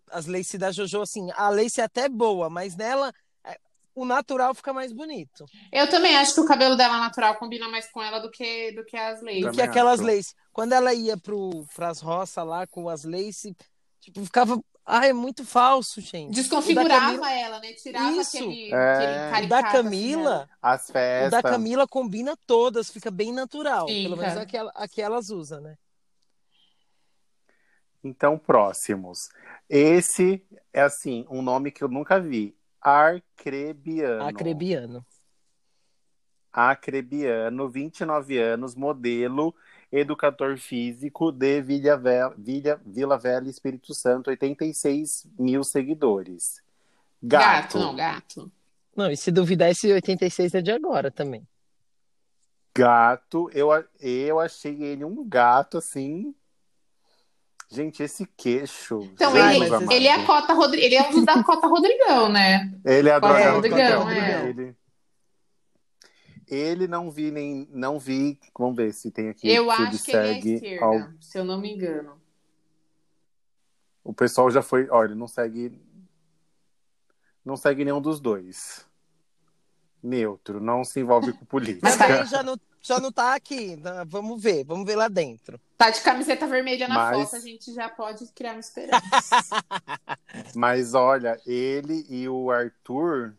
Speaker 1: As lace da Jojo, assim, a lace é até boa, mas nela é, o natural fica mais bonito.
Speaker 3: Eu também acho que o cabelo dela natural combina mais com ela do que, do que as laces.
Speaker 1: Do
Speaker 2: Também
Speaker 1: que aquelas
Speaker 2: acho.
Speaker 1: lace. Quando ela ia pro, pras roças lá com as lace, tipo, ficava. Ai, é muito falso, gente.
Speaker 3: Desconfigurava
Speaker 1: O da
Speaker 3: ela, né? Tirava
Speaker 1: Isso.
Speaker 3: aquele,
Speaker 2: É.
Speaker 3: aquele
Speaker 1: O
Speaker 3: caricato,
Speaker 1: da
Speaker 3: assim, é.
Speaker 1: Camila,
Speaker 2: As
Speaker 1: o da
Speaker 2: festas.
Speaker 1: Camila combina todas, fica bem natural.
Speaker 3: Fica.
Speaker 1: Pelo menos aquela, a que elas usam, né?
Speaker 2: Então, próximos. Esse é assim, um nome que eu nunca vi. Arcrebiano.
Speaker 1: Acrebiano.
Speaker 2: Acrebiano, 29 anos, modelo, educador físico de Vila Velha, Vila, Vila Velha Espírito Santo, 86 mil seguidores.
Speaker 3: Gato.
Speaker 2: Gato.
Speaker 3: não, gato.
Speaker 1: Não, e se duvidar, esse 86 é de agora também.
Speaker 2: Gato, eu, a- eu achei ele um gato assim. Gente, esse queixo.
Speaker 3: Então,
Speaker 1: Vai,
Speaker 2: Jesus
Speaker 3: ele,
Speaker 1: mas-
Speaker 2: amado.
Speaker 3: ele é a cota Rodrigo, ele é um dos da cota Rodrigão, né?
Speaker 2: Ele é a
Speaker 3: Qual
Speaker 2: droga
Speaker 3: é?
Speaker 2: do
Speaker 3: Rodrigão,
Speaker 2: Rodrigão,
Speaker 3: é.
Speaker 2: Ele. Ele não vi nem. Não vi. Vamos ver se tem aqui.
Speaker 3: Eu
Speaker 2: se
Speaker 3: acho que ele é à
Speaker 2: segue
Speaker 3: esquerda,
Speaker 2: ao-
Speaker 3: se eu não me engano.
Speaker 2: O pessoal já foi. Olha, não segue. Não segue nenhum dos dois. Neutro, não se envolve com política.
Speaker 1: Mas
Speaker 3: tá.
Speaker 1: também já não, já não tá aqui. né? Vamos ver, vamos ver lá dentro.
Speaker 3: Tá de camiseta vermelha na
Speaker 2: Mas-
Speaker 3: foto, a gente já pode criar uma esperança.
Speaker 2: Mas olha, ele e o Arthur.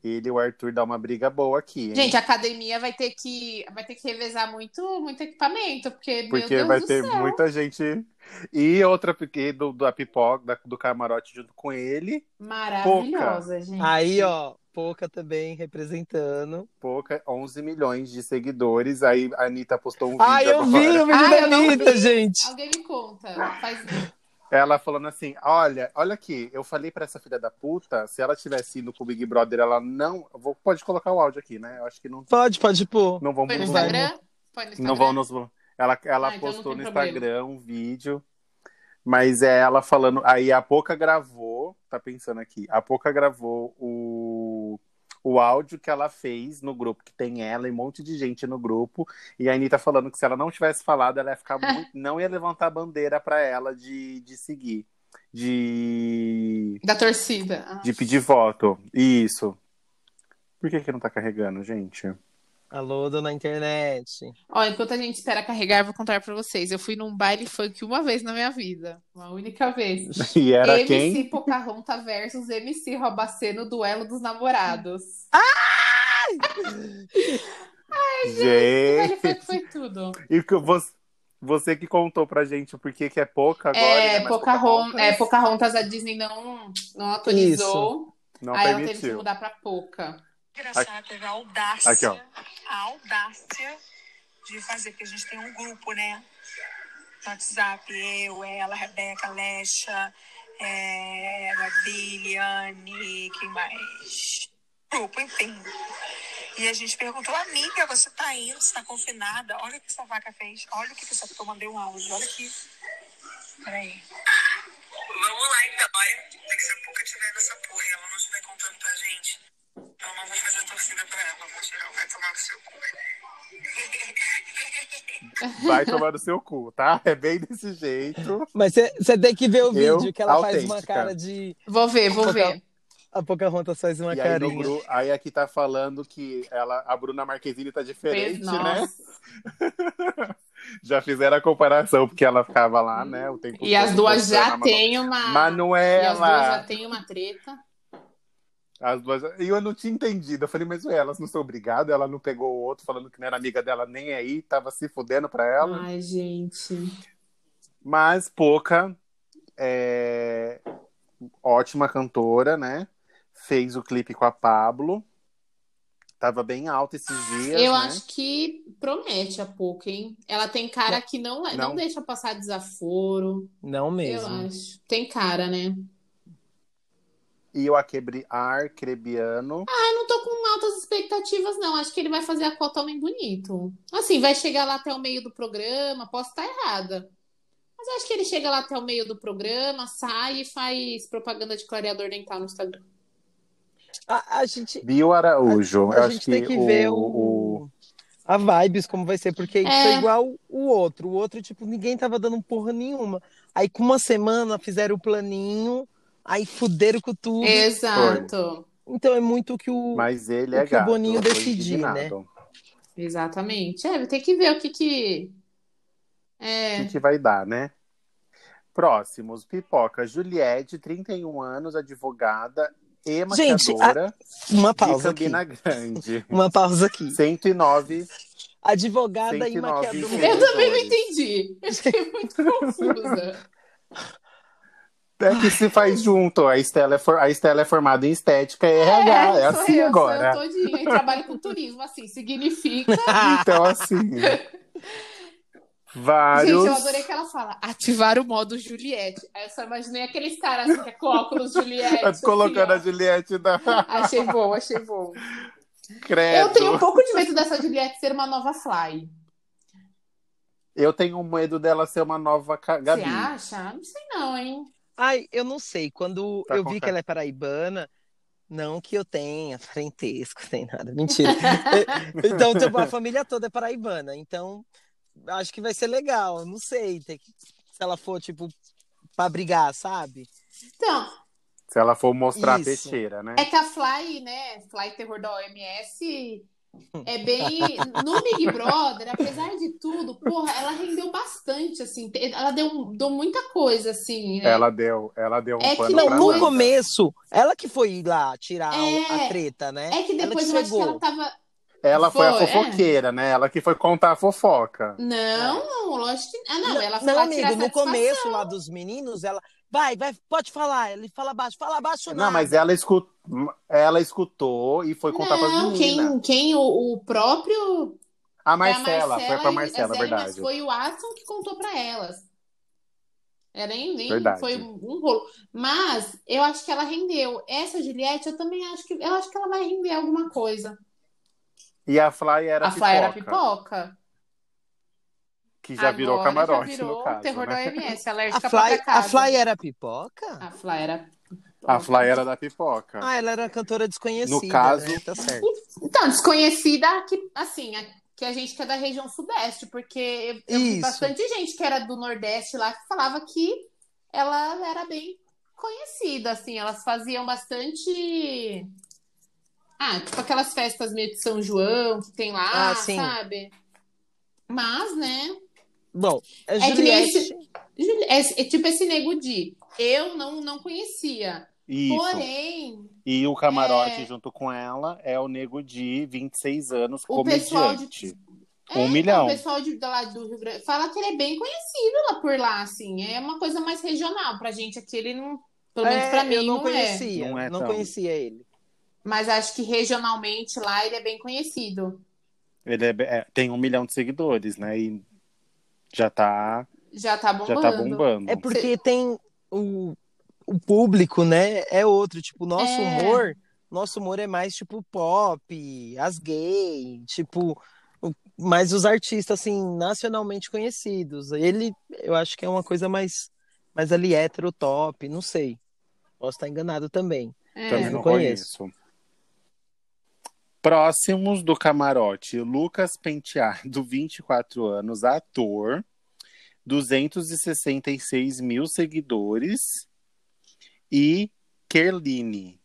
Speaker 2: Ele e o Arthur dá uma briga boa aqui, hein?
Speaker 3: gente, a academia vai ter que vai ter que revezar muito, muito equipamento, porque, meu
Speaker 2: Porque
Speaker 3: Deus
Speaker 2: vai
Speaker 3: do
Speaker 2: ter
Speaker 3: céu.
Speaker 2: muita gente. E outra porque do, da pipoca, da- do camarote junto com ele.
Speaker 3: Maravilhosa, gente.
Speaker 1: Aí, ó, Pouca também representando.
Speaker 2: Pouca, 11 milhões de seguidores. Aí a Anitta postou um vídeo
Speaker 1: Ai, eu
Speaker 2: agora.
Speaker 1: vi o vídeo
Speaker 3: Ai,
Speaker 1: da
Speaker 3: eu não
Speaker 1: Anitta,
Speaker 3: vi.
Speaker 1: gente.
Speaker 3: Alguém me conta. Faz...
Speaker 2: Ela falando assim: olha, olha aqui, eu falei pra essa filha da puta, se ela tivesse ido com o Big Brother, ela não. Vou, pode colocar o áudio aqui, né? Eu acho que não,
Speaker 1: Pode, pode pôr.
Speaker 2: não vão
Speaker 3: Põe no
Speaker 2: não
Speaker 1: vai.
Speaker 3: Instagram? Põe no Instagram.
Speaker 2: Não vão nos. Ela, ela
Speaker 3: Ah, então
Speaker 2: postou
Speaker 3: não
Speaker 2: no
Speaker 3: tem
Speaker 2: Instagram um vídeo, mas é ela falando. Aí a Poca gravou, tá pensando aqui, a Poca gravou o, o áudio que ela fez no grupo, que tem ela e um monte de gente no grupo. E a Anitta falando que se ela não tivesse falado, ela ia ficar muito. não ia levantar a bandeira pra ela de, de seguir. De,
Speaker 3: Da torcida. Ah.
Speaker 2: de pedir voto. Isso. Por que, que não tá carregando, gente?
Speaker 1: Alô, dona internet.
Speaker 3: Ó, enquanto a gente espera carregar, eu vou contar pra vocês. Eu fui num baile funk uma vez na minha vida. Uma única vez.
Speaker 2: E era
Speaker 3: MC
Speaker 2: quem?
Speaker 3: Pocahontas versus MC Robaceno, duelo dos namorados. Baile
Speaker 2: Gente.
Speaker 3: funk foi tudo.
Speaker 2: E que você, você que contou pra gente por que que é pouca agora,
Speaker 3: É,
Speaker 2: né? Mas
Speaker 3: Pocahontas,
Speaker 2: Pocahontas
Speaker 3: é, Pocahontas a Disney não, não autorizou.
Speaker 2: não
Speaker 3: aí ela teve que
Speaker 2: permitiu.
Speaker 3: mudar pra Poca.
Speaker 4: Engraçado, teve a audácia.
Speaker 2: Aqui, ó.
Speaker 4: A audácia de fazer, porque a gente tem um grupo, né? No WhatsApp, eu, ela, Rebeca, Lecha, é, Gabi, Liane, quem mais? Grupo, enfim. E a gente perguntou, amiga, você tá indo, você tá confinada, olha o que essa vaca fez, olha o que que essa eu mandei um áudio, olha aqui. Peraí. Vamos lá então, olha. Tem que ser pouca tiver nessa porra, ela não estiver contando pra gente. Eu não vou fazer torcida pra ela, vou tirar, vai tomar no seu cu.
Speaker 2: Vai tomar no seu cu, tá? É bem desse jeito.
Speaker 1: Mas você tem que ver o
Speaker 2: Eu,
Speaker 1: vídeo que ela faz uma
Speaker 2: autêntica.
Speaker 1: cara de.
Speaker 3: Vou ver, vou ver.
Speaker 1: A Pocahontas faz uma
Speaker 2: e aí, no
Speaker 1: carinha.
Speaker 2: gru- aí aqui tá falando que ela, a Bruna Marquezine tá diferente, né?
Speaker 3: Nossa.
Speaker 2: Já fizeram a comparação, porque ela ficava lá, né? O tempo
Speaker 3: E as
Speaker 2: todo
Speaker 3: duas já
Speaker 2: postando a Manu-
Speaker 3: têm uma. E as duas já
Speaker 2: Manuela!
Speaker 3: têm É uma treta.
Speaker 2: é As duas... já- E eu não tinha entendido. Eu falei, mas ué, elas não são obrigadas? Ela não pegou o outro falando que não era amiga dela nem aí, tava se fudendo pra ela.
Speaker 3: Ai, gente.
Speaker 2: Mas Poca é ótima cantora, né? Fez o clipe com a Pablo. Tava bem alta esses dias,
Speaker 3: Ah, Eu
Speaker 2: né?
Speaker 3: acho que promete a pouco, hein? Ela tem cara que não, É. não.
Speaker 2: Não.
Speaker 3: deixa passar desaforo.
Speaker 1: Não
Speaker 3: Eu
Speaker 1: mesmo.
Speaker 3: acho. Tem cara, né?
Speaker 2: E o Aquebre Arcrebiano.
Speaker 3: Eu não tô com altas expectativas, não. Acho que ele vai fazer a cota homem bonito. Assim, vai chegar lá até o meio do programa. Posso estar errada. Mas acho que ele chega lá até o meio do programa, sai e faz propaganda de clareador dental no Instagram.
Speaker 1: A, a gente,
Speaker 2: Bio Araújo.
Speaker 1: a
Speaker 2: Eu
Speaker 1: gente
Speaker 2: acho
Speaker 1: tem
Speaker 2: que,
Speaker 1: que ver
Speaker 2: o, o-
Speaker 1: o, a vibes, como vai ser, porque
Speaker 3: É.
Speaker 1: foi igual o outro. O outro, tipo, ninguém tava dando porra nenhuma. Aí, com uma semana, fizeram o planinho, aí fuderam com
Speaker 3: Uhum.
Speaker 1: tudo.
Speaker 3: É. Exato.
Speaker 1: Então, é muito o que o.
Speaker 2: Mas ele
Speaker 1: o
Speaker 2: é
Speaker 1: que o
Speaker 2: gato.
Speaker 1: Boninho
Speaker 2: eu tô
Speaker 1: decidir, né?
Speaker 2: indignado.
Speaker 3: Exatamente. É, tem que ver o que que. É.
Speaker 2: O que, que vai dar, né? Próximos. Pipoca. Juliette, 31 anos, advogada e
Speaker 1: Gente, a-
Speaker 2: maquiadora
Speaker 1: Uma
Speaker 2: de
Speaker 1: pausa aqui.
Speaker 2: Campina Grande.
Speaker 1: Uma pausa aqui.
Speaker 2: 109
Speaker 1: Advogada e
Speaker 2: 109
Speaker 1: maquiadora.
Speaker 3: Eu também não entendi. Eu fiquei muito confusa.
Speaker 2: É que se faz junto. A Estela é, for- a Estela é formada em estética e RH. É,
Speaker 3: sou
Speaker 2: assim
Speaker 3: eu,
Speaker 2: agora.
Speaker 3: Sou eu todinha. E trabalho com turismo, assim, significa.
Speaker 2: Então, assim. Vários.
Speaker 3: Gente, eu adorei que ela fala ativar o modo Juliette. Aí eu só imaginei aqueles caras assim, que é com óculos Juliette. assim,
Speaker 2: Tá Colocando
Speaker 3: ó.
Speaker 2: a Juliette da
Speaker 3: Achei bom, achei bom.
Speaker 2: credo.
Speaker 3: Eu tenho um pouco de medo dessa Juliette ser uma nova Fly.
Speaker 2: Eu tenho um medo dela ser uma nova Ca- Gabi.
Speaker 3: Você acha? Não sei não, hein?
Speaker 1: Ai, eu não sei. Quando
Speaker 2: Tá
Speaker 1: eu
Speaker 2: com
Speaker 1: vi que
Speaker 2: cara.
Speaker 1: ela é paraibana, não que eu tenha parentesco, nem nada. Mentira. Então, tipo, a família toda é paraibana. Então, acho que vai ser legal. Eu não sei. tem que- se ela for, tipo, pra brigar, sabe?
Speaker 3: Então,
Speaker 2: Se ela for mostrar
Speaker 1: Isso.
Speaker 2: a peixeira, né?
Speaker 3: É que a Fly, né? Fly Terror da OMS é bem. No Big Brother, apesar de tudo, porra, ela rendeu bastante, assim. te- Ela deu, deu muita coisa, assim, né?
Speaker 2: Ela deu, ela deu um
Speaker 3: É que
Speaker 2: pano
Speaker 3: não,
Speaker 2: pra
Speaker 1: Não, no
Speaker 2: manga.
Speaker 1: começo, ela que foi lá tirar o-
Speaker 3: É.
Speaker 1: a treta, né?
Speaker 3: É que
Speaker 1: Ela
Speaker 3: depois eu acho que
Speaker 1: chegou.
Speaker 3: ela tava.
Speaker 2: Ela foi,
Speaker 3: Foi,
Speaker 2: a
Speaker 3: é.
Speaker 2: fofoqueira, né? Ela que foi contar a fofoca.
Speaker 3: Não, lógico que. Ah, não, ela foi
Speaker 1: Não,
Speaker 3: lá tirar
Speaker 1: amigo, no
Speaker 3: satisfação.
Speaker 1: começo lá dos meninos, ela. Vai, vai, pode falar. Ele fala baixo, fala baixo,
Speaker 2: Não,
Speaker 1: nada.
Speaker 2: mas ela, escu... ela escutou e foi contar para
Speaker 3: Não,
Speaker 2: meninas.
Speaker 3: quem, quem o, o próprio.
Speaker 2: A
Speaker 3: foi
Speaker 2: Marcela, foi pra
Speaker 3: e-
Speaker 2: Marcela,
Speaker 3: Zé, Mas
Speaker 2: verdade.
Speaker 3: foi o Adson que contou pra elas. É, nem, nem
Speaker 2: Verdade.
Speaker 3: foi um um rolo. Mas eu acho que ela rendeu. Essa Juliette, eu também acho que eu acho que ela vai render alguma coisa.
Speaker 2: E a Fly era
Speaker 3: a
Speaker 2: pipoca,
Speaker 3: Fly era pipoca.
Speaker 2: que já virou
Speaker 3: Agora
Speaker 2: camarote
Speaker 3: já virou
Speaker 2: no caso,
Speaker 3: terror
Speaker 2: né?
Speaker 3: é da OMS,
Speaker 1: A
Speaker 3: alérgica pra
Speaker 1: Fly, a
Speaker 3: casa.
Speaker 1: Fly era pipoca?
Speaker 3: A Fly era
Speaker 2: A Fly era da pipoca.
Speaker 1: Ah, ela era uma cantora desconhecida.
Speaker 2: Tá. No caso-
Speaker 1: né? Tá certo.
Speaker 3: Então, desconhecida que, assim, a- que a gente que é da região sudeste, porque eu, eu vi
Speaker 1: Isso.
Speaker 3: bastante gente que era do Nordeste lá que falava que ela era bem conhecida, assim, elas faziam bastante. Ah, tipo aquelas festas meio de São João que tem lá,
Speaker 1: Ah, sim.
Speaker 3: sabe? Mas, né? é
Speaker 1: Bom, a
Speaker 3: que nem
Speaker 1: Juliette.
Speaker 3: esse- Juli- É, é tipo esse Nego Di. Eu não, não conhecia.
Speaker 2: Isso.
Speaker 3: Porém,
Speaker 2: E o camarote
Speaker 3: É.
Speaker 2: junto com ela é o Nego de 26 anos,
Speaker 3: O pessoal de-
Speaker 2: comediante.
Speaker 3: é,
Speaker 2: Um milhão.
Speaker 3: o pessoal de, lá do Rio Grande fala que ele é bem conhecido lá por lá, assim. É uma coisa mais regional. Pra gente aqui, ele não. Pelo menos
Speaker 1: É,
Speaker 3: pra mim,
Speaker 1: eu não,
Speaker 3: não é.
Speaker 1: conhecia.
Speaker 2: Não
Speaker 1: Não,
Speaker 2: é tão.
Speaker 1: conhecia ele.
Speaker 3: Mas acho que regionalmente lá ele é bem conhecido.
Speaker 2: Ele é- é- tem um milhão de seguidores, né? E já tá,
Speaker 3: Já tá
Speaker 2: já
Speaker 3: bombando.
Speaker 2: tá bombando.
Speaker 1: É porque tem o, o público, né? É outro. Tipo, o nosso
Speaker 3: É.
Speaker 1: humor. Nosso humor é mais tipo pop, as gay, tipo. o- Mas os artistas, assim, nacionalmente conhecidos. Ele, eu acho que é uma coisa mais. Mais ali hétero, top, não sei. Posso estar enganado também.
Speaker 3: É.
Speaker 2: Também não
Speaker 1: não conheço.
Speaker 2: conheço. Próximos do camarote, Lucas Penteado, 24 anos, ator, 266 mil seguidores e Kerline.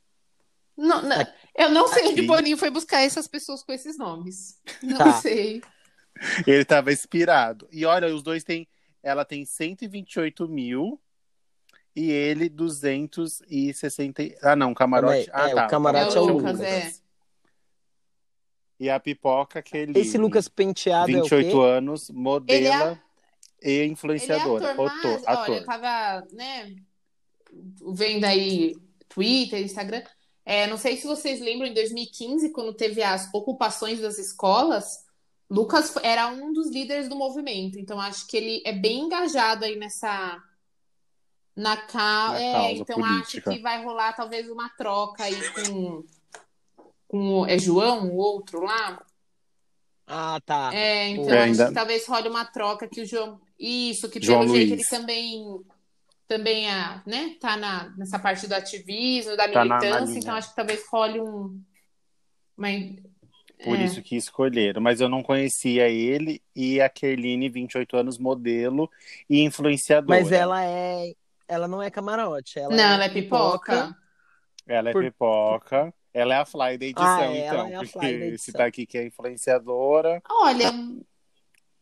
Speaker 3: Não, não, eu não sei onde
Speaker 2: Aqui.
Speaker 3: o Boninho foi buscar essas pessoas com esses nomes. Não
Speaker 1: Tá.
Speaker 3: sei.
Speaker 2: Ele tava inspirado. E olha, os dois têm. Ela tem 128 mil e ele 260. Ah, não, camarote.
Speaker 1: Ah, não, é,
Speaker 2: ah,
Speaker 1: é,
Speaker 2: tá.
Speaker 1: o camarote
Speaker 3: é o
Speaker 1: o
Speaker 3: Lucas,
Speaker 1: Lucas.
Speaker 3: é.
Speaker 2: E a pipoca, Kerline.
Speaker 1: Esse Lucas Penteado é o
Speaker 2: 28
Speaker 1: quê?
Speaker 2: anos, modela e
Speaker 3: é Ele é
Speaker 2: influenciadora.
Speaker 3: ator, mas
Speaker 2: Otor-
Speaker 3: olha, tá- eu
Speaker 2: ator.
Speaker 3: tava, né, vendo aí Twitter, Instagram. É, não sei se vocês lembram, em 2015, quando teve as ocupações das escolas, Lucas fo- era um dos líderes do movimento. Então, acho que ele é bem engajado aí nessa. Na, ca...
Speaker 2: Na
Speaker 3: é,
Speaker 2: causa
Speaker 3: então
Speaker 2: política.
Speaker 3: acho que vai rolar talvez uma troca aí com. com o- é João, o outro lá?
Speaker 1: Ah, tá.
Speaker 3: É, então
Speaker 1: É,
Speaker 3: acho
Speaker 2: ainda-
Speaker 3: que talvez role uma troca que o João. Isso, que
Speaker 2: João
Speaker 3: pelo jeito
Speaker 2: Luiz.
Speaker 3: ele também também ah, né, tá na, nessa parte do ativismo,
Speaker 2: Tá
Speaker 3: da
Speaker 2: na- na
Speaker 3: militância,
Speaker 2: linha.
Speaker 3: então acho que talvez role um. Uma...
Speaker 2: Por
Speaker 3: é.
Speaker 2: isso que escolheram. Mas eu não conhecia ele e a Kerline, 28 anos, modelo e influenciadora.
Speaker 1: Mas ela é. Ela não é camarote. Ela
Speaker 3: Não,
Speaker 1: é
Speaker 3: ela é pipoca.
Speaker 2: Ela é
Speaker 1: Por-
Speaker 2: pipoca. Ela é a Fly da edição,
Speaker 1: Ah, é, ela
Speaker 2: então.
Speaker 1: é a Fly
Speaker 2: porque
Speaker 1: da edição.
Speaker 2: esse daqui que é influenciadora.
Speaker 3: Olha,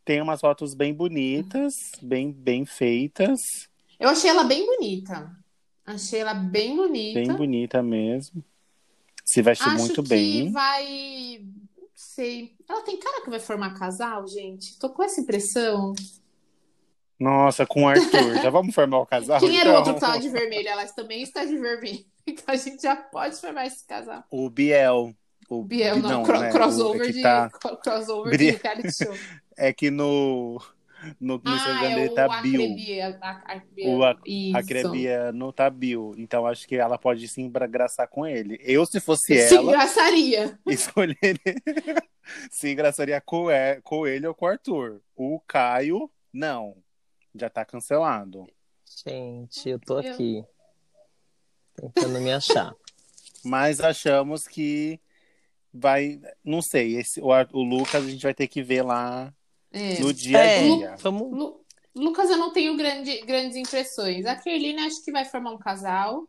Speaker 2: Tem umas fotos bem bonitas, bem, bem feitas,
Speaker 3: eu achei ela bem bonita. Achei ela bem bonita.
Speaker 2: bem bonita mesmo. Se veste
Speaker 3: Acho
Speaker 2: muito
Speaker 3: que
Speaker 2: bem.
Speaker 3: vai. Não sei. Ela tem cara que vai formar casal, gente? Tô com essa impressão.
Speaker 2: Nossa, com o Arthur. Já vamos formar o casal?
Speaker 3: Quem era o
Speaker 2: então?
Speaker 3: outro que tava de vermelho? Ela também está de vermelho. Então a gente já pode formar esse casal.
Speaker 2: O Biel. O
Speaker 3: Biel, não,
Speaker 2: não,
Speaker 3: cro-
Speaker 2: né?
Speaker 3: crossover
Speaker 2: O- é que
Speaker 3: de
Speaker 2: tá-
Speaker 3: cro- crossover
Speaker 2: Bri-
Speaker 3: de reality show.
Speaker 2: É que no, no, no
Speaker 3: ah,
Speaker 2: Instagram
Speaker 3: é
Speaker 2: dele
Speaker 3: o
Speaker 2: tá Bill.
Speaker 3: Acrebia. A-
Speaker 2: O Ac-
Speaker 3: Acrebia.
Speaker 2: A
Speaker 3: Isso.
Speaker 2: Crebiano tá Bill. Então acho que ela pode se engraçar com ele. Eu, se fosse
Speaker 3: Se
Speaker 2: ela,
Speaker 3: engraçaria.
Speaker 2: escolheria. se engraçaria com, e- com ele ou com o Arthur. O Caio, não. Já tá cancelado.
Speaker 1: Gente, eu tô
Speaker 3: Eu-
Speaker 1: aqui. Tentando me achar.
Speaker 2: Mas achamos que vai. Não sei, esse, o, Ar- o Lucas a gente vai ter que ver lá
Speaker 3: É.
Speaker 2: no dia a dia.
Speaker 1: vamos.
Speaker 3: Lu- Lucas, eu não tenho grande- grandes impressões. A Kerline acho que vai formar um casal.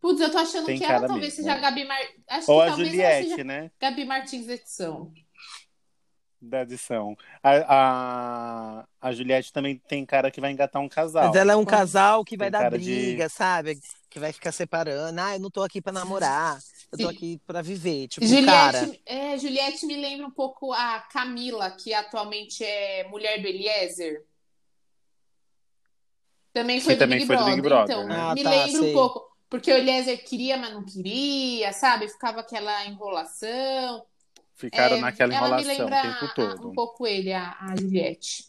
Speaker 3: Putz, eu tô achando
Speaker 2: Tem
Speaker 3: que ela
Speaker 2: cara
Speaker 3: talvez
Speaker 2: mesmo. né?
Speaker 3: seja a Gabi Mar... Acho
Speaker 2: Ou
Speaker 3: que
Speaker 2: a
Speaker 3: talvez ela seja
Speaker 2: Juliette, né?
Speaker 3: Gabi Martins da edição.
Speaker 2: Da edição. A, a, a Juliette também tem cara que vai engatar um casal.
Speaker 1: Mas ela é um casal que vai
Speaker 2: Tem
Speaker 1: dar
Speaker 2: cara de-
Speaker 1: briga, sabe? Que vai ficar separando. Ah, eu não tô aqui pra namorar. Eu tô aqui pra viver. Tipo,
Speaker 3: Juliette,
Speaker 1: cara.
Speaker 3: é, Juliette me lembra um pouco a Camila, que atualmente é mulher do Eliezer. Também foi,
Speaker 2: Que
Speaker 3: do,
Speaker 2: também
Speaker 3: Big
Speaker 2: foi do
Speaker 3: Brother,
Speaker 2: Big Brother,
Speaker 3: Então,
Speaker 2: né?
Speaker 1: Ah,
Speaker 3: me
Speaker 1: tá,
Speaker 3: lembra um
Speaker 1: sei.
Speaker 3: pouco. Porque o Eliezer queria, mas não queria, sabe? Ficava aquela enrolação.
Speaker 2: Ficaram
Speaker 3: É,
Speaker 2: naquela
Speaker 3: ela me
Speaker 2: enrolação o
Speaker 3: lembra
Speaker 2: tempo
Speaker 3: a- a-
Speaker 2: todo.
Speaker 3: um pouco ele, a, a Juliette.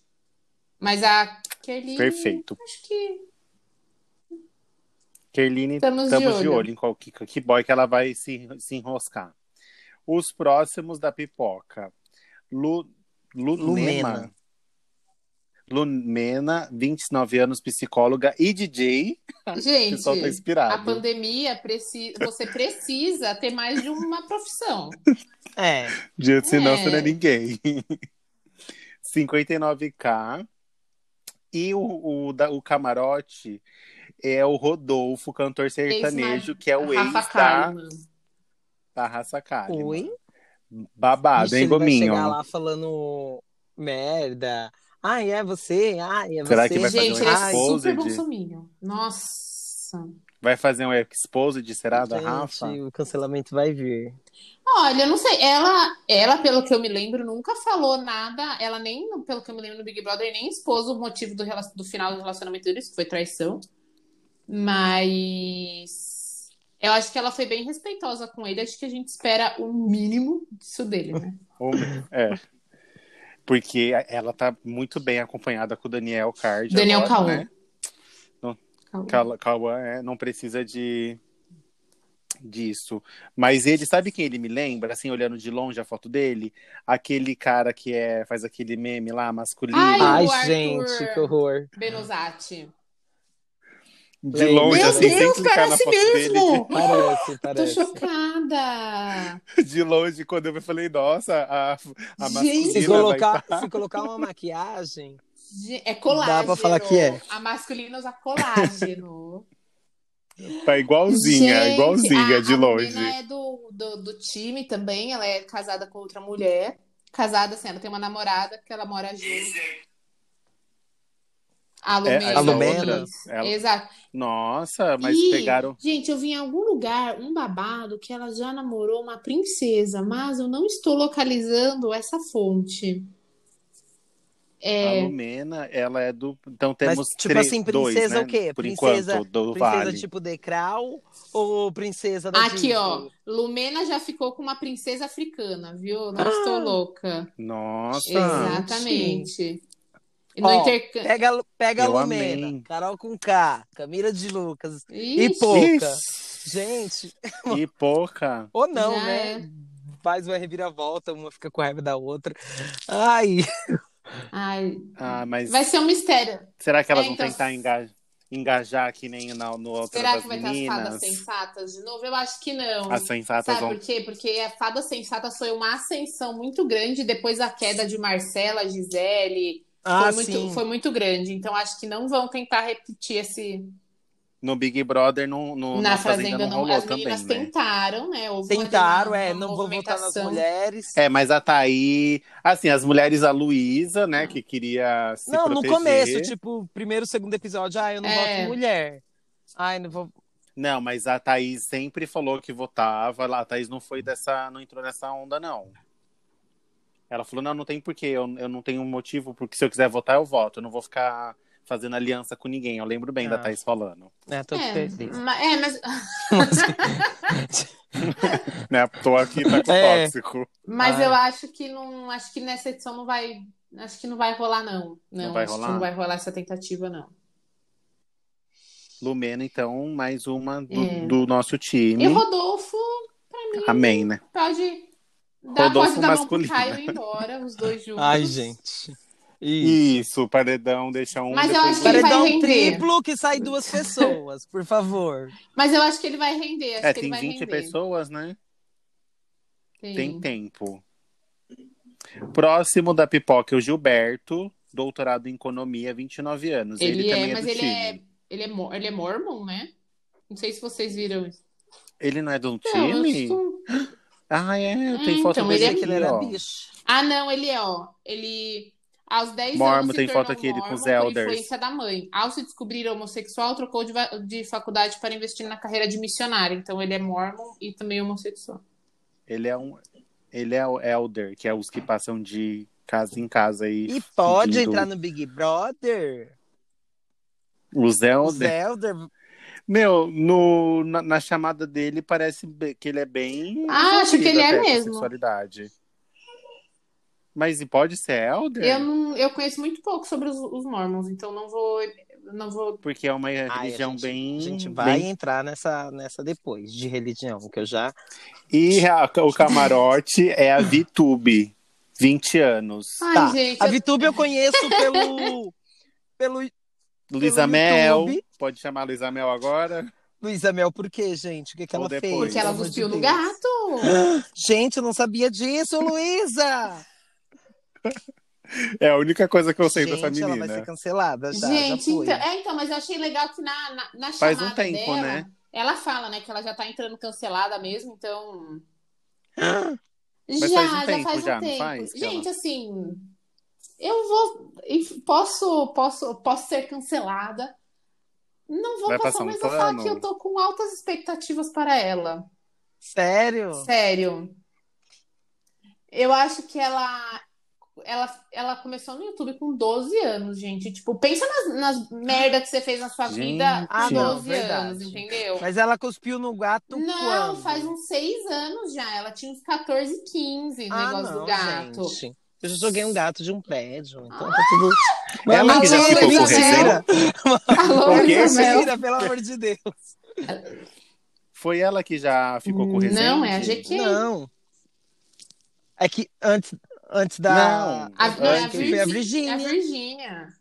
Speaker 3: Mas a Kelly.
Speaker 2: Perfeito.
Speaker 3: Acho que.
Speaker 2: Kerline,
Speaker 3: Estamos
Speaker 2: estamos,
Speaker 3: de
Speaker 2: de
Speaker 3: olho.
Speaker 2: olho em qual, que, que boy que ela vai se, se enroscar. Os próximos da pipoca. Lu, Lu-
Speaker 1: Lumena.
Speaker 2: Lema. Lumena, 29 anos, psicóloga e DJ. O
Speaker 3: Gente,
Speaker 2: pessoal tá
Speaker 3: a
Speaker 2: inspirado.
Speaker 3: pandemia, preci... você precisa ter mais de uma profissão.
Speaker 1: É.
Speaker 2: Dia senão você não é
Speaker 3: É.
Speaker 2: ninguém. 59k. E o, o, da- o camarote é o Rodolfo, cantor sertanejo, que é o ex
Speaker 3: Rafa
Speaker 2: da,
Speaker 3: Kalimann.
Speaker 2: da Raça Kalimann.
Speaker 1: Oi?
Speaker 2: Babado,
Speaker 1: Vixe,
Speaker 2: hein,
Speaker 1: ele vai
Speaker 2: Gominho?
Speaker 1: chegar lá falando merda. Ai, é você? Ai, é
Speaker 2: Será
Speaker 1: você?
Speaker 2: que vai fazer
Speaker 3: Gente,
Speaker 2: um
Speaker 3: ele é
Speaker 1: Ai,
Speaker 2: exposed?
Speaker 3: super bolsominion. Nossa.
Speaker 2: Vai fazer um exposed, será, da Rafa?
Speaker 1: gente, o cancelamento vai vir.
Speaker 3: Olha, eu não sei. Ela, ela, pelo que eu me lembro, nunca falou nada. Ela nem, pelo que eu me lembro, no Big Brother, nem expôs o motivo do, rela- do final do relacionamento deles, que foi traição. Mas eu acho que ela foi bem respeitosa com ele. Acho que a gente espera o mínimo disso dele, né?
Speaker 2: Ou- É. Porque ela tá muito bem acompanhada com o Daniel Card.
Speaker 3: Daniel
Speaker 2: agora,
Speaker 3: Cauã.
Speaker 2: né? Cala- Cauã é, não precisa de disso. Mas ele, sabe quem ele me lembra? Assim, olhando de longe a foto dele? Aquele cara que é, faz aquele meme lá, masculino.
Speaker 3: Ai,
Speaker 1: Ai,
Speaker 3: o Arthur.
Speaker 1: gente, que horror.
Speaker 3: Benozati.
Speaker 2: de
Speaker 1: lembro.
Speaker 2: longe,
Speaker 3: Meu
Speaker 2: assim, sem
Speaker 3: Deus,
Speaker 2: clicar
Speaker 3: cara, é
Speaker 2: na
Speaker 3: esse
Speaker 2: foto
Speaker 3: mesmo!
Speaker 1: Parece,
Speaker 3: Tô
Speaker 1: parece.
Speaker 3: chocada.
Speaker 2: dele. De longe, quando eu vi, eu falei, nossa, a, a
Speaker 3: Gente,
Speaker 2: masculina
Speaker 1: Se
Speaker 2: vai
Speaker 1: colocar,
Speaker 2: tá-
Speaker 1: se colocar uma maquiagem,
Speaker 3: Ge- É colágeno.
Speaker 1: Dá pra falar que é.
Speaker 3: A masculina usa colágeno.
Speaker 2: tá igualzinha,
Speaker 3: Gente,
Speaker 2: igualzinha,
Speaker 3: a-
Speaker 2: de longe.
Speaker 3: A menina é do, do, do time também, ela é casada com outra mulher. Casada, assim, ela tem uma namorada que ela mora junto. A Lumena.
Speaker 2: É,
Speaker 1: a Lumena.
Speaker 3: Isso,
Speaker 2: Ela-
Speaker 3: Exato.
Speaker 2: Nossa, mas
Speaker 3: e,
Speaker 2: pegaram.
Speaker 3: gente, eu vi em algum lugar um babado que ela já namorou uma princesa, mas eu não estou localizando essa fonte.
Speaker 2: A
Speaker 3: É,
Speaker 2: Lumena, ela é do. Então temos
Speaker 1: mas tipo
Speaker 2: três,
Speaker 1: assim,
Speaker 2: dois,
Speaker 1: princesa
Speaker 2: né?
Speaker 1: o quê?
Speaker 2: Por
Speaker 1: princesa,
Speaker 2: enquanto, do
Speaker 1: princesa
Speaker 2: Vale.
Speaker 1: tipo Decral ou princesa da
Speaker 3: aqui,
Speaker 1: Disney?
Speaker 3: ó. Lumena já ficou com uma princesa africana, viu?
Speaker 1: Ah.
Speaker 3: Não estou louca.
Speaker 2: Nossa.
Speaker 3: Exatamente. No
Speaker 1: Ó,
Speaker 3: intercâmbio.
Speaker 1: Pega, pega a
Speaker 2: Eu
Speaker 1: Lumena,
Speaker 2: amei.
Speaker 1: Carol com K, Camila de Lucas. E
Speaker 3: Ixi,
Speaker 1: pouca.
Speaker 2: Ixi.
Speaker 1: Gente,
Speaker 2: E pouca.
Speaker 1: ou não,
Speaker 3: Já
Speaker 1: né?
Speaker 3: é.
Speaker 1: Faz uma reviravolta, uma fica com raiva da outra. Ai,
Speaker 3: Ai,
Speaker 2: Ah, mas
Speaker 3: vai ser um mistério.
Speaker 2: será que elas
Speaker 3: É,
Speaker 2: vão
Speaker 3: então-
Speaker 2: tentar enga- engajar que nem na, no outro
Speaker 3: Será
Speaker 2: das
Speaker 3: que vai ter as fadas
Speaker 2: meninas?
Speaker 3: sensatas de novo? Eu acho que não.
Speaker 2: As sensatas
Speaker 3: Sabe
Speaker 2: vão.
Speaker 3: por quê? Porque a fada sensata foi uma ascensão muito grande depois da queda de Marcela, Gisele.
Speaker 1: ah,
Speaker 3: foi, muito,
Speaker 1: sim.
Speaker 3: foi muito grande. Então acho que não vão tentar repetir esse.
Speaker 2: No Big Brother, no, no,
Speaker 3: Na
Speaker 2: na Fazenda,
Speaker 3: Fazenda,
Speaker 2: não
Speaker 3: não.
Speaker 2: rolou
Speaker 3: As
Speaker 2: também,
Speaker 3: meninas
Speaker 2: né?
Speaker 3: tentaram, né? Houve uma-
Speaker 1: Tentaram,
Speaker 3: uma-
Speaker 1: é,
Speaker 3: uma
Speaker 1: não vou votar nas
Speaker 3: movimentação.
Speaker 1: mulheres.
Speaker 2: É, mas a Thaí. Assim, as mulheres, a Luísa, né, que queria se
Speaker 1: não,
Speaker 2: proteger.
Speaker 1: no começo, tipo, primeiro, segundo episódio, ah, eu não
Speaker 3: É.
Speaker 1: voto em mulher. Ai, não vou.
Speaker 2: Não, mas a Thaís sempre falou que votava. lá. A Thaís não foi dessa. não entrou nessa onda, não. Ela falou: não, não tem porquê, eu, eu não tenho motivo, porque se eu quiser votar, eu voto. Eu não vou ficar fazendo aliança com ninguém. Eu lembro bem da
Speaker 1: Ah.
Speaker 2: Thaís falando.
Speaker 1: É, tô
Speaker 3: É,
Speaker 1: feliz.
Speaker 3: ma- é, mas
Speaker 2: Né? Tô aqui, tá com
Speaker 1: É.
Speaker 2: tóxico.
Speaker 3: Mas
Speaker 1: Ai.
Speaker 3: eu acho que não, acho que nessa edição não vai, acho que não vai rolar não. Não,
Speaker 2: Não vai
Speaker 3: acho
Speaker 2: rolar?
Speaker 3: que não vai rolar essa tentativa não.
Speaker 2: Lumena, então, mais uma do,
Speaker 3: É.
Speaker 2: do nosso
Speaker 3: E
Speaker 2: time.
Speaker 3: o Rodolfo
Speaker 2: Amém, né?
Speaker 3: pode dar,
Speaker 2: Rodolfo
Speaker 3: pode dar mão pro
Speaker 2: masculino. né?
Speaker 3: Caio e ir embora, os dois juntos.
Speaker 1: Ai, gente. E...
Speaker 2: Isso, paredão, deixa um.
Speaker 3: Mas eu
Speaker 2: depois
Speaker 3: acho
Speaker 2: do
Speaker 3: que ele vai
Speaker 1: Paredão
Speaker 3: render.
Speaker 1: triplo que sai duas pessoas, por favor.
Speaker 3: Mas eu acho que ele vai render, acho
Speaker 2: É,
Speaker 3: que
Speaker 2: tem
Speaker 3: ele vai
Speaker 2: 20
Speaker 3: render.
Speaker 2: pessoas, né?
Speaker 3: Tem.
Speaker 2: Tem tempo. Próximo da pipoca, é o Gilberto, doutorado em economia, 29 anos. Ele,
Speaker 3: Ele, é,
Speaker 2: também é,
Speaker 3: mas
Speaker 2: do
Speaker 3: ele
Speaker 2: time.
Speaker 3: é, ele é, mor- ele é mormon, né? Não sei se vocês viram isso.
Speaker 2: Ele não é do
Speaker 3: Não, eu um
Speaker 2: time?
Speaker 3: sou-
Speaker 2: Ah, é, eu
Speaker 3: É,
Speaker 2: tenho foto
Speaker 3: então,
Speaker 2: dele
Speaker 1: Achei
Speaker 3: ele
Speaker 2: aqui,
Speaker 1: que ele era
Speaker 2: ó.
Speaker 1: bicho.
Speaker 3: Ah, não, ele é, ó. Ele aos 10
Speaker 2: Mormon,
Speaker 3: anos se
Speaker 2: tem
Speaker 3: tornou
Speaker 2: foto aqui, ele com
Speaker 3: mormon
Speaker 2: os
Speaker 3: por
Speaker 2: elders.
Speaker 3: influência da mãe. Ao se descobrir homossexual, trocou de, va- de faculdade para investir na carreira de missionário. Então ele é mormon e também homossexual.
Speaker 2: Ele é um... Ele é o Elder, que é os que passam de casa em casa aí.
Speaker 1: E pode
Speaker 2: Pedindo.
Speaker 1: entrar no Big Brother?
Speaker 2: Os
Speaker 1: O
Speaker 2: Elder...
Speaker 1: Zelder.
Speaker 2: Meu, no, na, na chamada dele parece be- que ele é bem...
Speaker 3: Ah, acho que ele
Speaker 2: envolvido
Speaker 3: é
Speaker 2: até com
Speaker 3: mesmo.
Speaker 2: Sexualidade. Mas e pode ser Elder?
Speaker 3: Eu, não, eu conheço muito pouco sobre os, os mormons, então não vou. Não vou.
Speaker 2: Porque é uma religião
Speaker 1: gente-
Speaker 2: bem...
Speaker 1: A gente vai
Speaker 2: bem
Speaker 1: entrar nessa, nessa depois, de religião, que eu já.
Speaker 2: E a- o camarote é a VTube, 20 anos.
Speaker 3: Ai,
Speaker 1: Tá.
Speaker 3: gente. é
Speaker 1: A
Speaker 3: eu-
Speaker 1: Vitube eu conheço pelo pelo
Speaker 2: Luísa
Speaker 1: Pelo
Speaker 2: Mel.
Speaker 1: YouTube.
Speaker 2: Pode chamar a Luísa Mel agora?
Speaker 1: Luísa Mel, por quê, gente? O que, que
Speaker 2: Ou
Speaker 1: ela
Speaker 2: depois.
Speaker 1: fez?
Speaker 2: Pois,
Speaker 3: Porque ela
Speaker 1: Pelo amor de
Speaker 3: cuspiu no
Speaker 1: Deus.
Speaker 3: gato.
Speaker 1: Gente, eu não sabia disso, Luísa!
Speaker 2: É a única coisa que eu sei
Speaker 1: Gente,
Speaker 2: dessa menina.
Speaker 1: ela vai ser cancelada já.
Speaker 3: Gente,
Speaker 1: já foi.
Speaker 3: então, é, então, mas eu achei legal que na, na, na
Speaker 2: Faz
Speaker 3: chamada
Speaker 2: um tempo,
Speaker 3: dela,
Speaker 2: né?
Speaker 3: ela fala, né, que ela já tá entrando cancelada mesmo, então.
Speaker 2: Mas
Speaker 3: já,
Speaker 2: faz um
Speaker 3: já
Speaker 2: tempo,
Speaker 3: faz um
Speaker 2: já, não
Speaker 3: tempo.
Speaker 2: faz, que
Speaker 3: Gente, assim, eu vou. enf- Posso, posso, posso ser cancelada. Não vou
Speaker 2: Vai
Speaker 3: passar,
Speaker 2: passar um
Speaker 3: mas vou falar
Speaker 2: pano?
Speaker 3: que eu tô com altas expectativas para ela.
Speaker 1: Sério?
Speaker 3: Sério. Eu acho que ela, ela, ela começou no YouTube com 12 anos, gente. Tipo, pensa nas, nas merda que você fez na sua
Speaker 2: Gente.
Speaker 3: vida com
Speaker 1: Ah, não,
Speaker 3: 12
Speaker 1: verdade.
Speaker 3: anos, entendeu?
Speaker 1: Mas ela cuspiu no gato
Speaker 3: Não,
Speaker 1: quando?
Speaker 3: faz um uns 6 anos já. Ela tinha uns 14, 15 no
Speaker 1: ah,
Speaker 3: negócio
Speaker 1: não,
Speaker 3: do gato.
Speaker 1: gente. Eu já joguei um gato de um prédio, então tá tudo...
Speaker 2: Ela
Speaker 3: que já ficou com
Speaker 1: mentira,
Speaker 3: Alô,
Speaker 2: Por quê?
Speaker 1: é
Speaker 3: Luísa Mel?
Speaker 1: mentira, pelo amor de Deus.
Speaker 2: Foi ela que já ficou com resente?
Speaker 3: Não, é a GQ.
Speaker 1: Não. É que antes, antes da...
Speaker 2: Não.
Speaker 3: A,
Speaker 2: Antes
Speaker 3: não, é a
Speaker 2: que-
Speaker 1: foi
Speaker 3: Virgínia.
Speaker 1: a Virgínia.
Speaker 3: A Virgínia.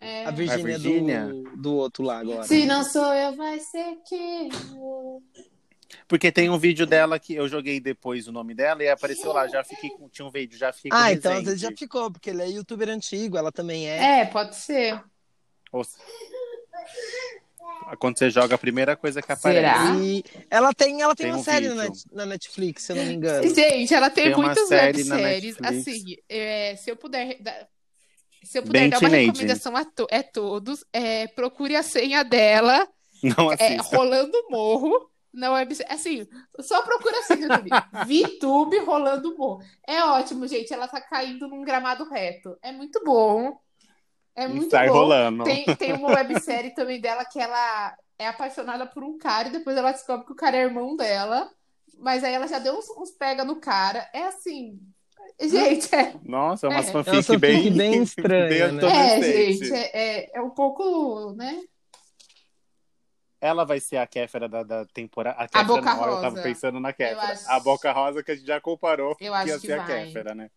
Speaker 3: É.
Speaker 1: A Virgínia,
Speaker 2: Virgínia?
Speaker 1: do, do outro lá agora.
Speaker 3: Se não sou eu, vai ser quem?
Speaker 2: Porque tem um vídeo dela que eu joguei depois o nome dela e apareceu lá, já fiquei com. Tinha um vídeo, já fiquei com
Speaker 1: Ah, então às
Speaker 2: resente.
Speaker 1: vezes já ficou, porque ele é youtuber antigo, ela também é.
Speaker 3: É, pode ser.
Speaker 2: Ou- Quando você joga, a primeira coisa que aparece.
Speaker 3: Será?
Speaker 1: E ela tem, ela tem,
Speaker 2: Tem
Speaker 1: uma
Speaker 2: um
Speaker 1: série
Speaker 2: vídeo.
Speaker 1: na Net- na Netflix, se eu não me engano.
Speaker 3: Gente, ela tem,
Speaker 2: Tem uma
Speaker 3: muitas
Speaker 2: série na
Speaker 3: webséries.
Speaker 2: Netflix.
Speaker 3: Assim, é, se eu puder. dar- Se eu
Speaker 2: Bem
Speaker 3: puder dar uma
Speaker 2: teenage.
Speaker 3: recomendação a, to- é todos, é, procure a senha dela,
Speaker 2: Não
Speaker 3: é,
Speaker 2: assista.
Speaker 3: Rolando Morro, na web. Assim, só procura assim no YouTube. VTube Rolando Morro. É ótimo, gente. Ela tá caindo num gramado reto. É muito bom. É muito
Speaker 2: Sai
Speaker 3: bom.
Speaker 2: rolando.
Speaker 3: Tem, tem uma websérie também dela que ela é apaixonada por um cara e depois ela descobre que o cara é irmão dela. Mas aí ela já deu uns, uns pega no cara. É assim. Gente, é,
Speaker 2: Nossa, é umas
Speaker 3: É.
Speaker 1: É uma
Speaker 2: fanfic
Speaker 1: fanfic
Speaker 2: bem.
Speaker 1: bem estranha,
Speaker 2: bem
Speaker 1: né?
Speaker 2: Tô
Speaker 3: é,
Speaker 2: decente.
Speaker 3: gente, é, é um pouco, né?
Speaker 2: Ela vai ser a Kéfera da, da temporada. A, Kéfera,
Speaker 3: Boca
Speaker 2: não, Eu
Speaker 3: Rosa.
Speaker 2: tava pensando na Kéfera.
Speaker 3: Eu acho-
Speaker 2: A Boca Rosa que a gente já comparou
Speaker 3: Eu
Speaker 2: que ia
Speaker 3: acho que
Speaker 2: ser a
Speaker 3: vai.
Speaker 2: Kéfera, né?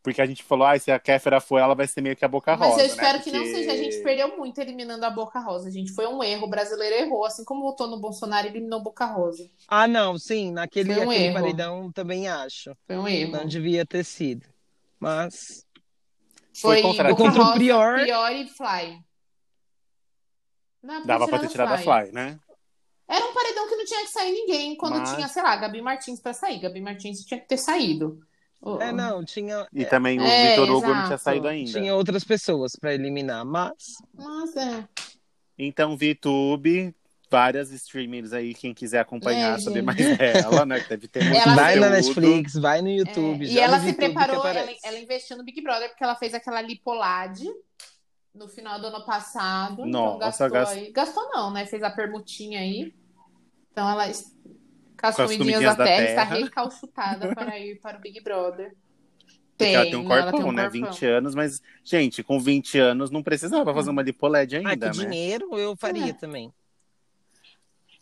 Speaker 2: Porque a gente falou, ah, se a Kéfera for, ela vai ser meio que a Boca
Speaker 3: Mas
Speaker 2: Rosa.
Speaker 3: eu espero
Speaker 2: né?
Speaker 3: que não
Speaker 2: Porque-
Speaker 3: seja. A gente perdeu muito eliminando a Boca Rosa, gente. Foi um erro. O brasileiro errou. Assim como votou no Bolsonaro, eliminou a Boca Rosa.
Speaker 1: Ah, não, sim, naquele
Speaker 3: Foi um
Speaker 1: aquele
Speaker 3: erro.
Speaker 1: paredão também acho.
Speaker 3: Foi um erro.
Speaker 1: Não devia ter sido. Mas. é
Speaker 2: Foi
Speaker 3: Foi
Speaker 2: contra-
Speaker 3: Boca
Speaker 1: Contra o
Speaker 3: Rosa,
Speaker 1: Prior.
Speaker 3: e Fly. Não,
Speaker 2: Dava
Speaker 3: podia
Speaker 2: pra ter tirado a Fly, né?
Speaker 3: Era um paredão que não tinha que sair ninguém. Quando
Speaker 2: Mas-
Speaker 3: tinha, sei lá, Gabi Martins pra sair. Gabi Martins tinha que ter saído. O-
Speaker 1: É, não, tinha,
Speaker 2: E também o
Speaker 3: É,
Speaker 2: Vitor Hugo não
Speaker 3: exato.
Speaker 2: tinha saído ainda.
Speaker 1: tinha outras pessoas pra eliminar, mas.
Speaker 3: Mas é.
Speaker 2: Então, VTube, várias streamers aí, quem quiser acompanhar,
Speaker 3: É,
Speaker 2: saber
Speaker 3: gente.
Speaker 2: mais dela, né? Que deve ter muito
Speaker 3: Ela- um
Speaker 1: vai na
Speaker 2: conteúdo.
Speaker 1: Netflix, vai no YouTube.
Speaker 3: É,
Speaker 1: joga
Speaker 3: E ela
Speaker 1: no
Speaker 3: se
Speaker 1: YouTube que
Speaker 3: preparou, ela,
Speaker 1: aparece.
Speaker 3: ela investiu no Big Brother, porque ela fez aquela lipolade no final do ano passado. então
Speaker 2: Nossa,
Speaker 3: gastou
Speaker 2: gas-
Speaker 3: aí. Gastou não, né? Fez a permutinha aí. Então ela. es-
Speaker 2: as comidinhas
Speaker 3: Cascumidinhas da
Speaker 2: da
Speaker 3: terra, está
Speaker 2: terra.
Speaker 3: recalchutada para ir para o Big Brother.
Speaker 2: Porque ela tem um
Speaker 3: não, ela
Speaker 2: corpão,
Speaker 3: tem um
Speaker 2: né?
Speaker 3: corpão.
Speaker 2: 20 anos, mas, gente, com 20 anos não precisava fazer uma lipoled
Speaker 1: Ai, Ah, que
Speaker 2: ainda, né?
Speaker 1: dinheiro eu faria
Speaker 3: É.
Speaker 1: também.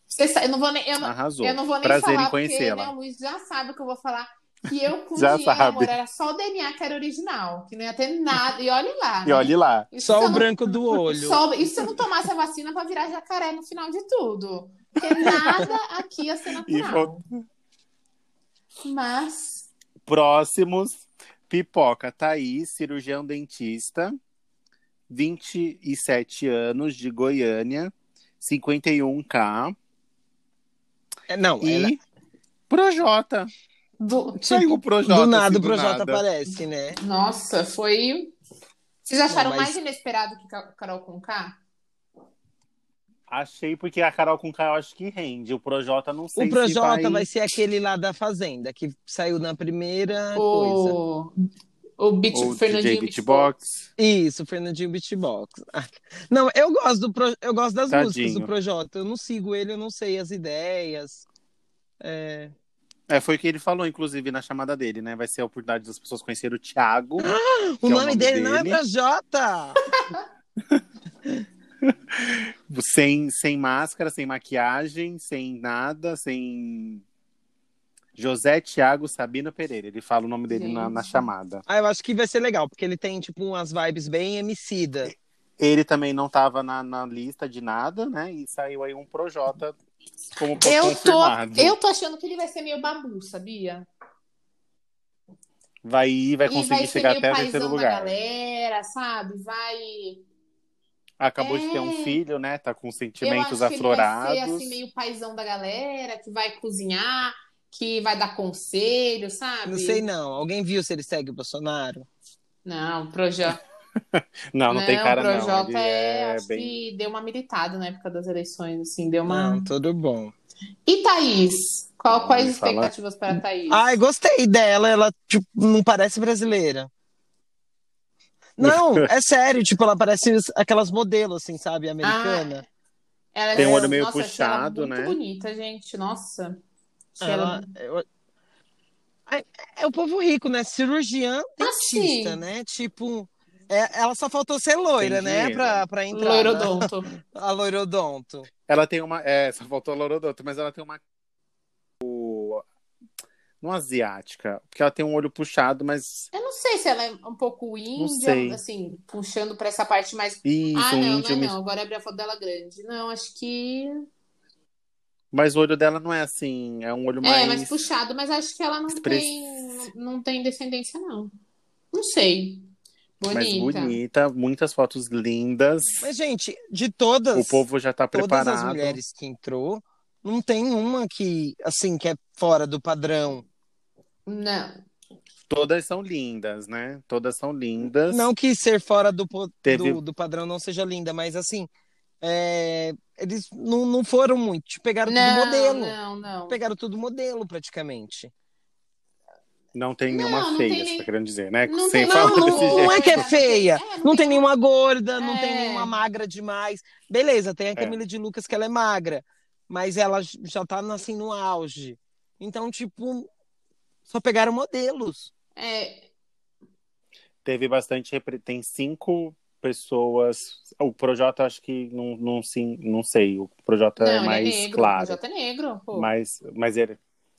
Speaker 3: Você sa- eu não vou nem, eu não-
Speaker 2: Arrasou.
Speaker 3: Eu não vou nem
Speaker 2: Prazer
Speaker 3: falar,
Speaker 2: em conhecê-la.
Speaker 3: porque né, o Luiz já sabe o que eu vou falar. Que eu com
Speaker 2: Já
Speaker 3: dinheiro, amor,
Speaker 2: sabe.
Speaker 3: era só o DNA que era original, que não ia ter nada. E olhe lá.
Speaker 2: E
Speaker 3: né?
Speaker 2: olhe lá.
Speaker 3: Isso
Speaker 1: Só
Speaker 3: se
Speaker 1: o
Speaker 3: eu não-
Speaker 1: branco do olho.
Speaker 3: só- isso se eu não tomasse a vacina pra virar jacaré no final de tudo. Porque nada aqui ia ser
Speaker 2: E
Speaker 3: natural. Mas.
Speaker 2: Próximos: Pipoca Thaís, cirurgião dentista, 27 anos, de Goiânia, 51k.
Speaker 1: É, Não, ela-
Speaker 2: E Projota.
Speaker 3: do-
Speaker 2: Saiu o Projota.
Speaker 1: do nada
Speaker 2: assim,
Speaker 1: o Projota
Speaker 2: nada.
Speaker 1: aparece, né?
Speaker 3: Nossa, foi. Vocês acharam
Speaker 1: Não, mas-
Speaker 3: mais inesperado que Ca- Carol com K?
Speaker 2: Achei, porque a Carol com K eu acho que rende. O Projota não sei
Speaker 1: O Projota
Speaker 2: se
Speaker 1: vai...
Speaker 2: vai...
Speaker 1: ser aquele lá da Fazenda, que saiu na primeira coisa.
Speaker 3: O. O Beat,
Speaker 1: tipo
Speaker 2: Ou DJ
Speaker 3: Fernandinho
Speaker 2: Beatbox.
Speaker 1: Isso, Fernandinho Beatbox. Ah, Não, eu gosto, do Pro- eu gosto das
Speaker 2: Tadinho.
Speaker 1: músicas do Projota. Eu não sigo ele, eu não sei as ideias. É,
Speaker 2: É, foi o que ele falou, inclusive, na chamada dele, né? Vai ser a oportunidade das pessoas conhecerem o Thiago.
Speaker 1: O
Speaker 2: é o
Speaker 1: nome,
Speaker 2: nome
Speaker 1: dele, não é
Speaker 2: dele.
Speaker 1: Projota!
Speaker 2: sem, sem máscara, sem maquiagem, sem nada, sem. José Tiago Sabino Pereira. Ele fala o nome dele na,
Speaker 3: Gente.
Speaker 2: na chamada.
Speaker 1: Ah, eu acho que vai ser legal, porque ele tem, tipo, umas vibes bem emicida.
Speaker 2: Ele também não estava na, na lista de nada, né? E saiu aí um Projota como
Speaker 3: Eu tô,
Speaker 2: confirmado.
Speaker 3: eu tô achando que ele vai ser meio babu, sabia?
Speaker 2: Vai ir, vai
Speaker 3: E
Speaker 2: conseguir
Speaker 3: vai ser
Speaker 2: chegar
Speaker 3: meio
Speaker 2: até o terceiro
Speaker 3: paizão da
Speaker 2: lugar.
Speaker 3: galera, sabe? Vai.
Speaker 2: Acabou de ter
Speaker 3: É.
Speaker 2: um filho, né? Tá com sentimentos
Speaker 3: Eu acho que ele vai
Speaker 2: aflorados.
Speaker 3: ser assim, meio paizão da galera, que vai cozinhar, que vai dar conselho, sabe?
Speaker 1: Não sei não. Alguém viu se ele segue o Bolsonaro?
Speaker 3: Não, o Projota.
Speaker 2: Não, não, tem cara
Speaker 3: o
Speaker 2: não.
Speaker 3: Projota
Speaker 2: Ele
Speaker 3: é,
Speaker 2: é
Speaker 3: acho
Speaker 2: bem
Speaker 3: que deu uma militada na época das eleições, assim, deu uma.
Speaker 1: Não, tudo bom.
Speaker 3: E Thaís? Qual-
Speaker 2: Não,
Speaker 3: quais
Speaker 2: me
Speaker 3: as
Speaker 2: fala.
Speaker 3: expectativas para a Thaís?
Speaker 1: Ai, gostei dela. Ela, tipo, não parece brasileira. Não, é sério. Tipo, ela parece aquelas modelos, assim, sabe? Americana.
Speaker 3: Ela
Speaker 2: Tem um
Speaker 3: é-
Speaker 2: olho meio
Speaker 3: nossa, achei ela
Speaker 2: puxado,
Speaker 3: muito
Speaker 2: né?
Speaker 3: bonita, gente. Nossa. Achei
Speaker 1: Ela,
Speaker 3: ela-
Speaker 1: eu- Ai, é o povo rico, né? Cirurgiã,
Speaker 3: Assim.
Speaker 1: dentista,
Speaker 3: sim.
Speaker 1: né? Tipo, é- ela só faltou ser loira,
Speaker 2: Tem
Speaker 1: né?
Speaker 2: dinheiro.
Speaker 1: Pra, pra entrar. né?
Speaker 3: Loirodonto.
Speaker 1: A loirodonto.
Speaker 2: Ela tem uma. É, só faltou a Lorodonto, mas ela tem uma. o- Não asiática. Porque ela tem um olho puxado, mas.
Speaker 3: Eu não sei se ela é um pouco índia,
Speaker 2: sei.
Speaker 3: assim, puxando pra essa parte mais.
Speaker 2: Isso,
Speaker 3: ah,
Speaker 2: um
Speaker 3: não,
Speaker 2: índio.
Speaker 3: não é
Speaker 2: me-
Speaker 3: não. Agora abri a foto dela grande. Não, acho que.
Speaker 2: Mas o olho dela não é assim. É um olho mais.
Speaker 3: É, mais puxado, mas acho que ela não
Speaker 2: Express-
Speaker 3: tem. Não tem descendência, não. Não sei. Bonita.
Speaker 2: mais bonita. Muitas fotos lindas.
Speaker 1: Mas, gente, de todas,
Speaker 2: O povo já tá
Speaker 1: todas
Speaker 2: preparado.
Speaker 1: as mulheres que entrou, não tem uma que, assim, que é fora do padrão.
Speaker 3: Não.
Speaker 2: Todas são lindas, né? Todas são lindas.
Speaker 1: Não que ser fora do, po-
Speaker 2: Teve-
Speaker 1: do, do padrão não seja linda, mas, assim, é, eles não, não foram muito. Tipo, Pegaram tudo
Speaker 3: Não,
Speaker 1: modelo.
Speaker 3: não, não.
Speaker 1: Pegaram tudo modelo, praticamente.
Speaker 2: Não tem
Speaker 3: Não,
Speaker 2: nenhuma
Speaker 3: não
Speaker 2: feia,
Speaker 3: tem
Speaker 2: você
Speaker 3: nem-
Speaker 2: tá querendo dizer, né? Sem
Speaker 3: Não tem-
Speaker 2: falar
Speaker 1: Não,
Speaker 2: desse
Speaker 1: não,
Speaker 2: jeito.
Speaker 1: não é que é feia.
Speaker 3: É,
Speaker 1: Não tem nenhuma gorda, não tem
Speaker 3: É.
Speaker 1: nenhuma magra demais. Beleza, tem a
Speaker 2: É.
Speaker 1: Camila de Lucas que ela é magra, mas ela j- já tá assim no auge. Então, tipo, só pegaram modelos.
Speaker 3: É,
Speaker 2: Teve bastante. repre- Tem cinco pessoas. O Projota, acho que não, não, sim, não sei. O Projota
Speaker 3: não,
Speaker 2: é
Speaker 3: ele
Speaker 2: mais
Speaker 3: é negro. O
Speaker 2: claro.
Speaker 3: Jota é negro, pô.
Speaker 2: Mas, mas ele.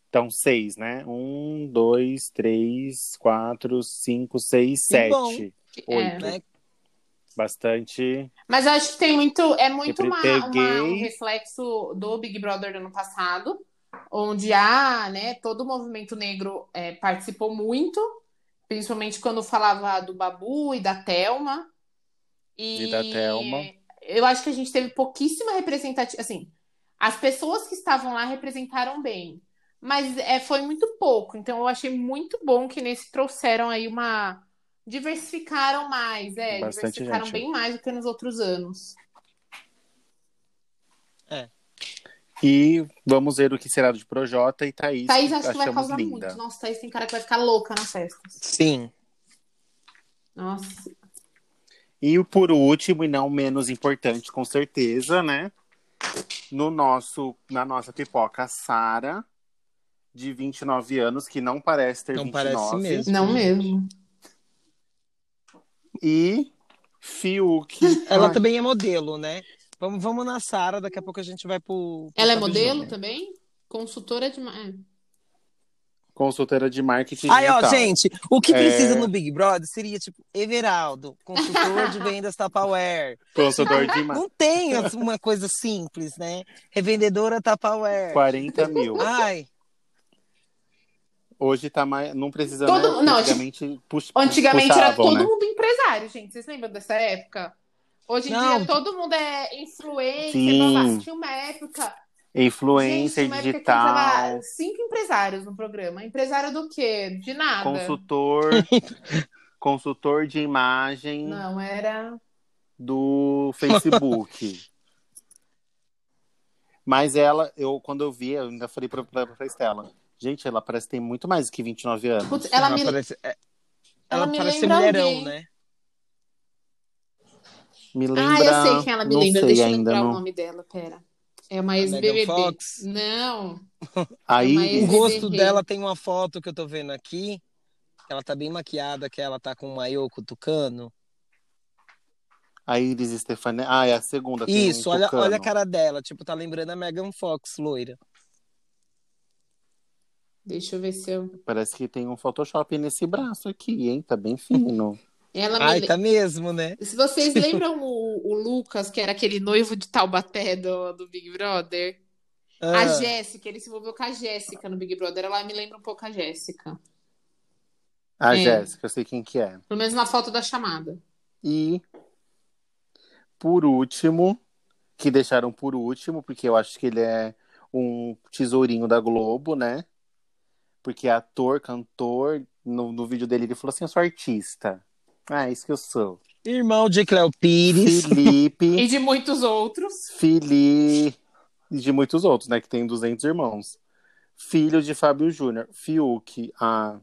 Speaker 2: Então, seis, né? Um, dois, três, quatro, cinco, seis,
Speaker 1: E
Speaker 2: sete.
Speaker 1: bom.
Speaker 3: é,
Speaker 2: Oito.
Speaker 1: né?
Speaker 2: Bastante.
Speaker 3: Mas eu acho que tem muito, é muito uma, uma- um
Speaker 2: Peguei.
Speaker 3: reflexo do Big Brother do ano passado, onde há, né, todo o movimento negro é, participou muito, principalmente quando falava do Babu e da Thelma. E,
Speaker 2: E da Thelma.
Speaker 3: Eu acho que a gente teve pouquíssima representatividade. Assim, as pessoas que estavam lá representaram bem, mas é, foi muito pouco. Então eu achei muito bom que nesse trouxeram aí uma. Diversificaram mais, é,
Speaker 2: Bastante
Speaker 3: diversificaram
Speaker 2: gente.
Speaker 3: bem mais do que nos outros anos.
Speaker 2: E vamos ver o que será de Projota e Thaís.
Speaker 3: Thaís acho que vai
Speaker 2: achamos
Speaker 3: causar
Speaker 2: linda.
Speaker 3: muito. Nossa, Thaís tem cara que vai ficar louca na festa.
Speaker 1: Sim.
Speaker 3: Nossa.
Speaker 2: E por último, e não menos importante, com certeza, né? No nosso, na nossa pipoca, a Sara, de 29 anos, que não parece ter
Speaker 1: Não
Speaker 2: 29.
Speaker 1: parece mesmo.
Speaker 3: Não mesmo.
Speaker 2: E Fiuk.
Speaker 1: Ela
Speaker 3: Ah.
Speaker 2: Ai,
Speaker 1: também é modelo, né? Vamos, vamos na Sara, daqui a pouco a gente vai pro. pro
Speaker 3: Ela é
Speaker 1: Fábio
Speaker 3: modelo
Speaker 1: Júnior.
Speaker 3: também? Consultora de. ma- é.
Speaker 2: Consultora de marketing
Speaker 1: Aí, ó,
Speaker 2: digital.
Speaker 1: gente, o que
Speaker 2: É.
Speaker 1: precisa no Big Brother seria, tipo, Everaldo, consultor de vendas Tupperware.
Speaker 2: Consultor de marketing.
Speaker 1: Não tem as- uma coisa simples, né? Revendedora Tupperware.
Speaker 2: 40 mil.
Speaker 1: Ai,
Speaker 2: Hoje tá mais. Não precisa.
Speaker 3: Todo-
Speaker 2: né?
Speaker 3: não,
Speaker 2: antigamente pus-
Speaker 3: Antigamente era
Speaker 2: puxavam,
Speaker 3: todo
Speaker 2: né?
Speaker 3: mundo empresário, gente. Vocês lembram dessa época? Hoje em
Speaker 1: Não.
Speaker 3: dia todo mundo é influencer,
Speaker 2: Sim.
Speaker 3: blá, blá. Tinha uma época.
Speaker 2: Influencer
Speaker 3: gente, uma época que
Speaker 2: digital.
Speaker 3: entrava cinco empresários no programa. Empresário do quê? De nada.
Speaker 2: Consultor. consultor de imagem.
Speaker 3: Não, era.
Speaker 2: do Facebook. Mas ela, eu quando eu vi, eu ainda falei pra, pra, pra Estela. Gente, ela parece que tem muito mais que 29 anos.
Speaker 3: Putz, ela me,
Speaker 1: parece, é-
Speaker 3: ela
Speaker 1: ela
Speaker 3: me
Speaker 1: parece
Speaker 3: lembra
Speaker 1: mulherão,
Speaker 3: alguém.
Speaker 1: né?
Speaker 2: Me lembra.
Speaker 3: Ah, eu sei quem ela me
Speaker 2: não
Speaker 3: lembra.
Speaker 2: Sei
Speaker 3: Deixa eu
Speaker 2: ainda,
Speaker 3: lembrar
Speaker 2: não.
Speaker 3: o nome dela, pera. É uma
Speaker 1: Megan
Speaker 3: ex-BBB.
Speaker 1: Fox?
Speaker 3: Não. É
Speaker 2: Aí,
Speaker 1: O
Speaker 3: Mas-
Speaker 1: rosto
Speaker 3: Errei.
Speaker 1: dela tem uma foto que eu tô vendo aqui. que Ela tá bem maquiada, que ela tá com um maiô cutucano.
Speaker 2: a Iris Stefani. Ah, é a segunda. tem
Speaker 1: Isso,
Speaker 2: um
Speaker 1: olha,
Speaker 2: tucano.
Speaker 1: olha a cara dela. Tipo, tá lembrando a Megan Fox, loira.
Speaker 3: Deixa eu ver se eu.
Speaker 2: Parece que tem um Photoshop nesse braço aqui, hein? Tá bem fino.
Speaker 3: Ela me
Speaker 1: Ai,
Speaker 3: le-
Speaker 1: tá mesmo, né?
Speaker 3: Se vocês lembram o, o Lucas, que era aquele noivo de Taubaté do, do Big Brother? A
Speaker 1: Ah,
Speaker 3: Jéssica, ele se envolveu com a Jéssica no Big Brother. Ela me lembra um pouco a Jéssica.
Speaker 2: A
Speaker 3: É.
Speaker 2: Ah, Jéssica, eu sei quem que é.
Speaker 3: Pelo menos na foto da chamada.
Speaker 2: E por último, que deixaram por último, porque eu acho que ele é um tesourinho da Globo, né? Porque é ator, cantor, no, no vídeo dele ele falou assim: eu sou artista. Ah, isso que eu sou.
Speaker 1: Irmão de Cléo Pires.
Speaker 2: Felipe,
Speaker 3: E de muitos outros.
Speaker 2: Fili e de muitos outros, né? Que tem 200 irmãos. Filho de Fábio Júnior. Fiuk. Ah,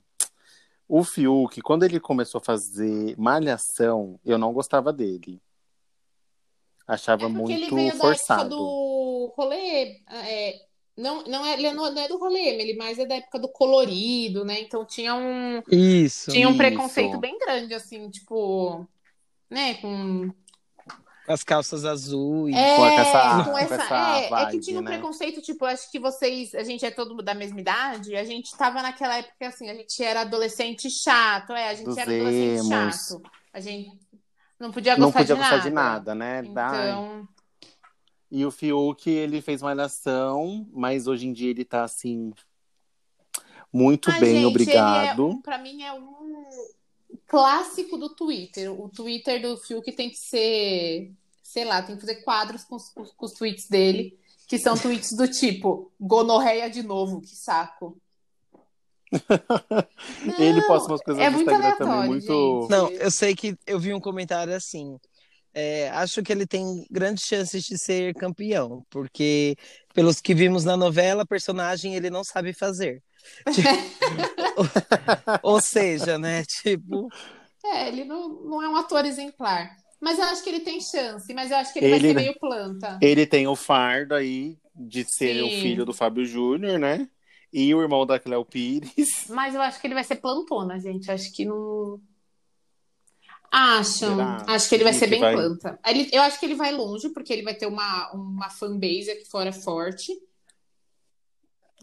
Speaker 2: o Fiuk, quando ele começou a fazer Malhação, eu não gostava dele. Achava
Speaker 3: É Porque ele
Speaker 2: muito
Speaker 3: veio da época
Speaker 2: forçado.
Speaker 3: do rolê. é, não, não, é, ele não não é do rolê, ele mais é da época do colorido, né? Então tinha um,
Speaker 1: Isso.
Speaker 3: tinha um
Speaker 2: Isso.
Speaker 3: preconceito bem grande, assim, tipo. Né? Com,
Speaker 1: Com as calças azuis.
Speaker 3: é,
Speaker 2: com essa-
Speaker 3: com
Speaker 2: com
Speaker 3: essa-
Speaker 2: essa
Speaker 3: é, é que
Speaker 2: vibe,
Speaker 3: tinha um
Speaker 2: né?
Speaker 3: preconceito, tipo, acho que vocês. A gente é todo mundo da mesma idade, a gente tava naquela época que, assim, a gente era adolescente chato, é, a gente
Speaker 2: Dos
Speaker 3: era
Speaker 2: emos.
Speaker 3: adolescente chato. A gente não podia
Speaker 2: Não
Speaker 3: gostar
Speaker 2: podia
Speaker 3: de
Speaker 2: gostar
Speaker 3: nada.
Speaker 2: de nada, né? Ai.
Speaker 3: Então.
Speaker 2: E o Fiuk, ele fez Malhação, mas hoje em dia ele tá assim. Muito
Speaker 3: Ai,
Speaker 2: bem,
Speaker 3: gente,
Speaker 2: obrigado.
Speaker 3: Ele é um, pra mim é um clássico do Twitter. O Twitter do Fiuk tem que ser, sei lá, tem que fazer quadros com, os- com os tweets dele, que são tweets do tipo, gonorreia de novo, que saco. Não,
Speaker 2: Ele posta umas coisas
Speaker 3: é
Speaker 2: no
Speaker 3: muito
Speaker 2: Instagram
Speaker 3: aleatório,
Speaker 2: também, muito.
Speaker 3: gente.
Speaker 1: Não, eu sei que eu vi um comentário assim. é, acho que ele tem grandes chances de ser campeão, porque pelos que vimos na novela, personagem ele não sabe fazer. Tipo, ou, ou seja, né? Tipo,
Speaker 3: É, ele não, não é um ator exemplar. Mas eu acho que ele tem chance, mas eu acho que ele, vai
Speaker 2: Ele- é.
Speaker 3: ser meio planta.
Speaker 2: Ele tem o fardo aí de ser
Speaker 3: Sim.
Speaker 2: o filho do Fábio Júnior, né? E o irmão da Cléo Pires.
Speaker 3: Mas eu acho que ele vai ser plantona, gente. Acho que não. Acham.
Speaker 2: Será?
Speaker 3: Acho que ele vai
Speaker 2: Sim,
Speaker 3: ser
Speaker 2: que
Speaker 3: bem
Speaker 2: vai-
Speaker 3: planta. Ele- eu acho que ele vai longe, porque ele vai ter uma, uma fanbase aqui fora forte.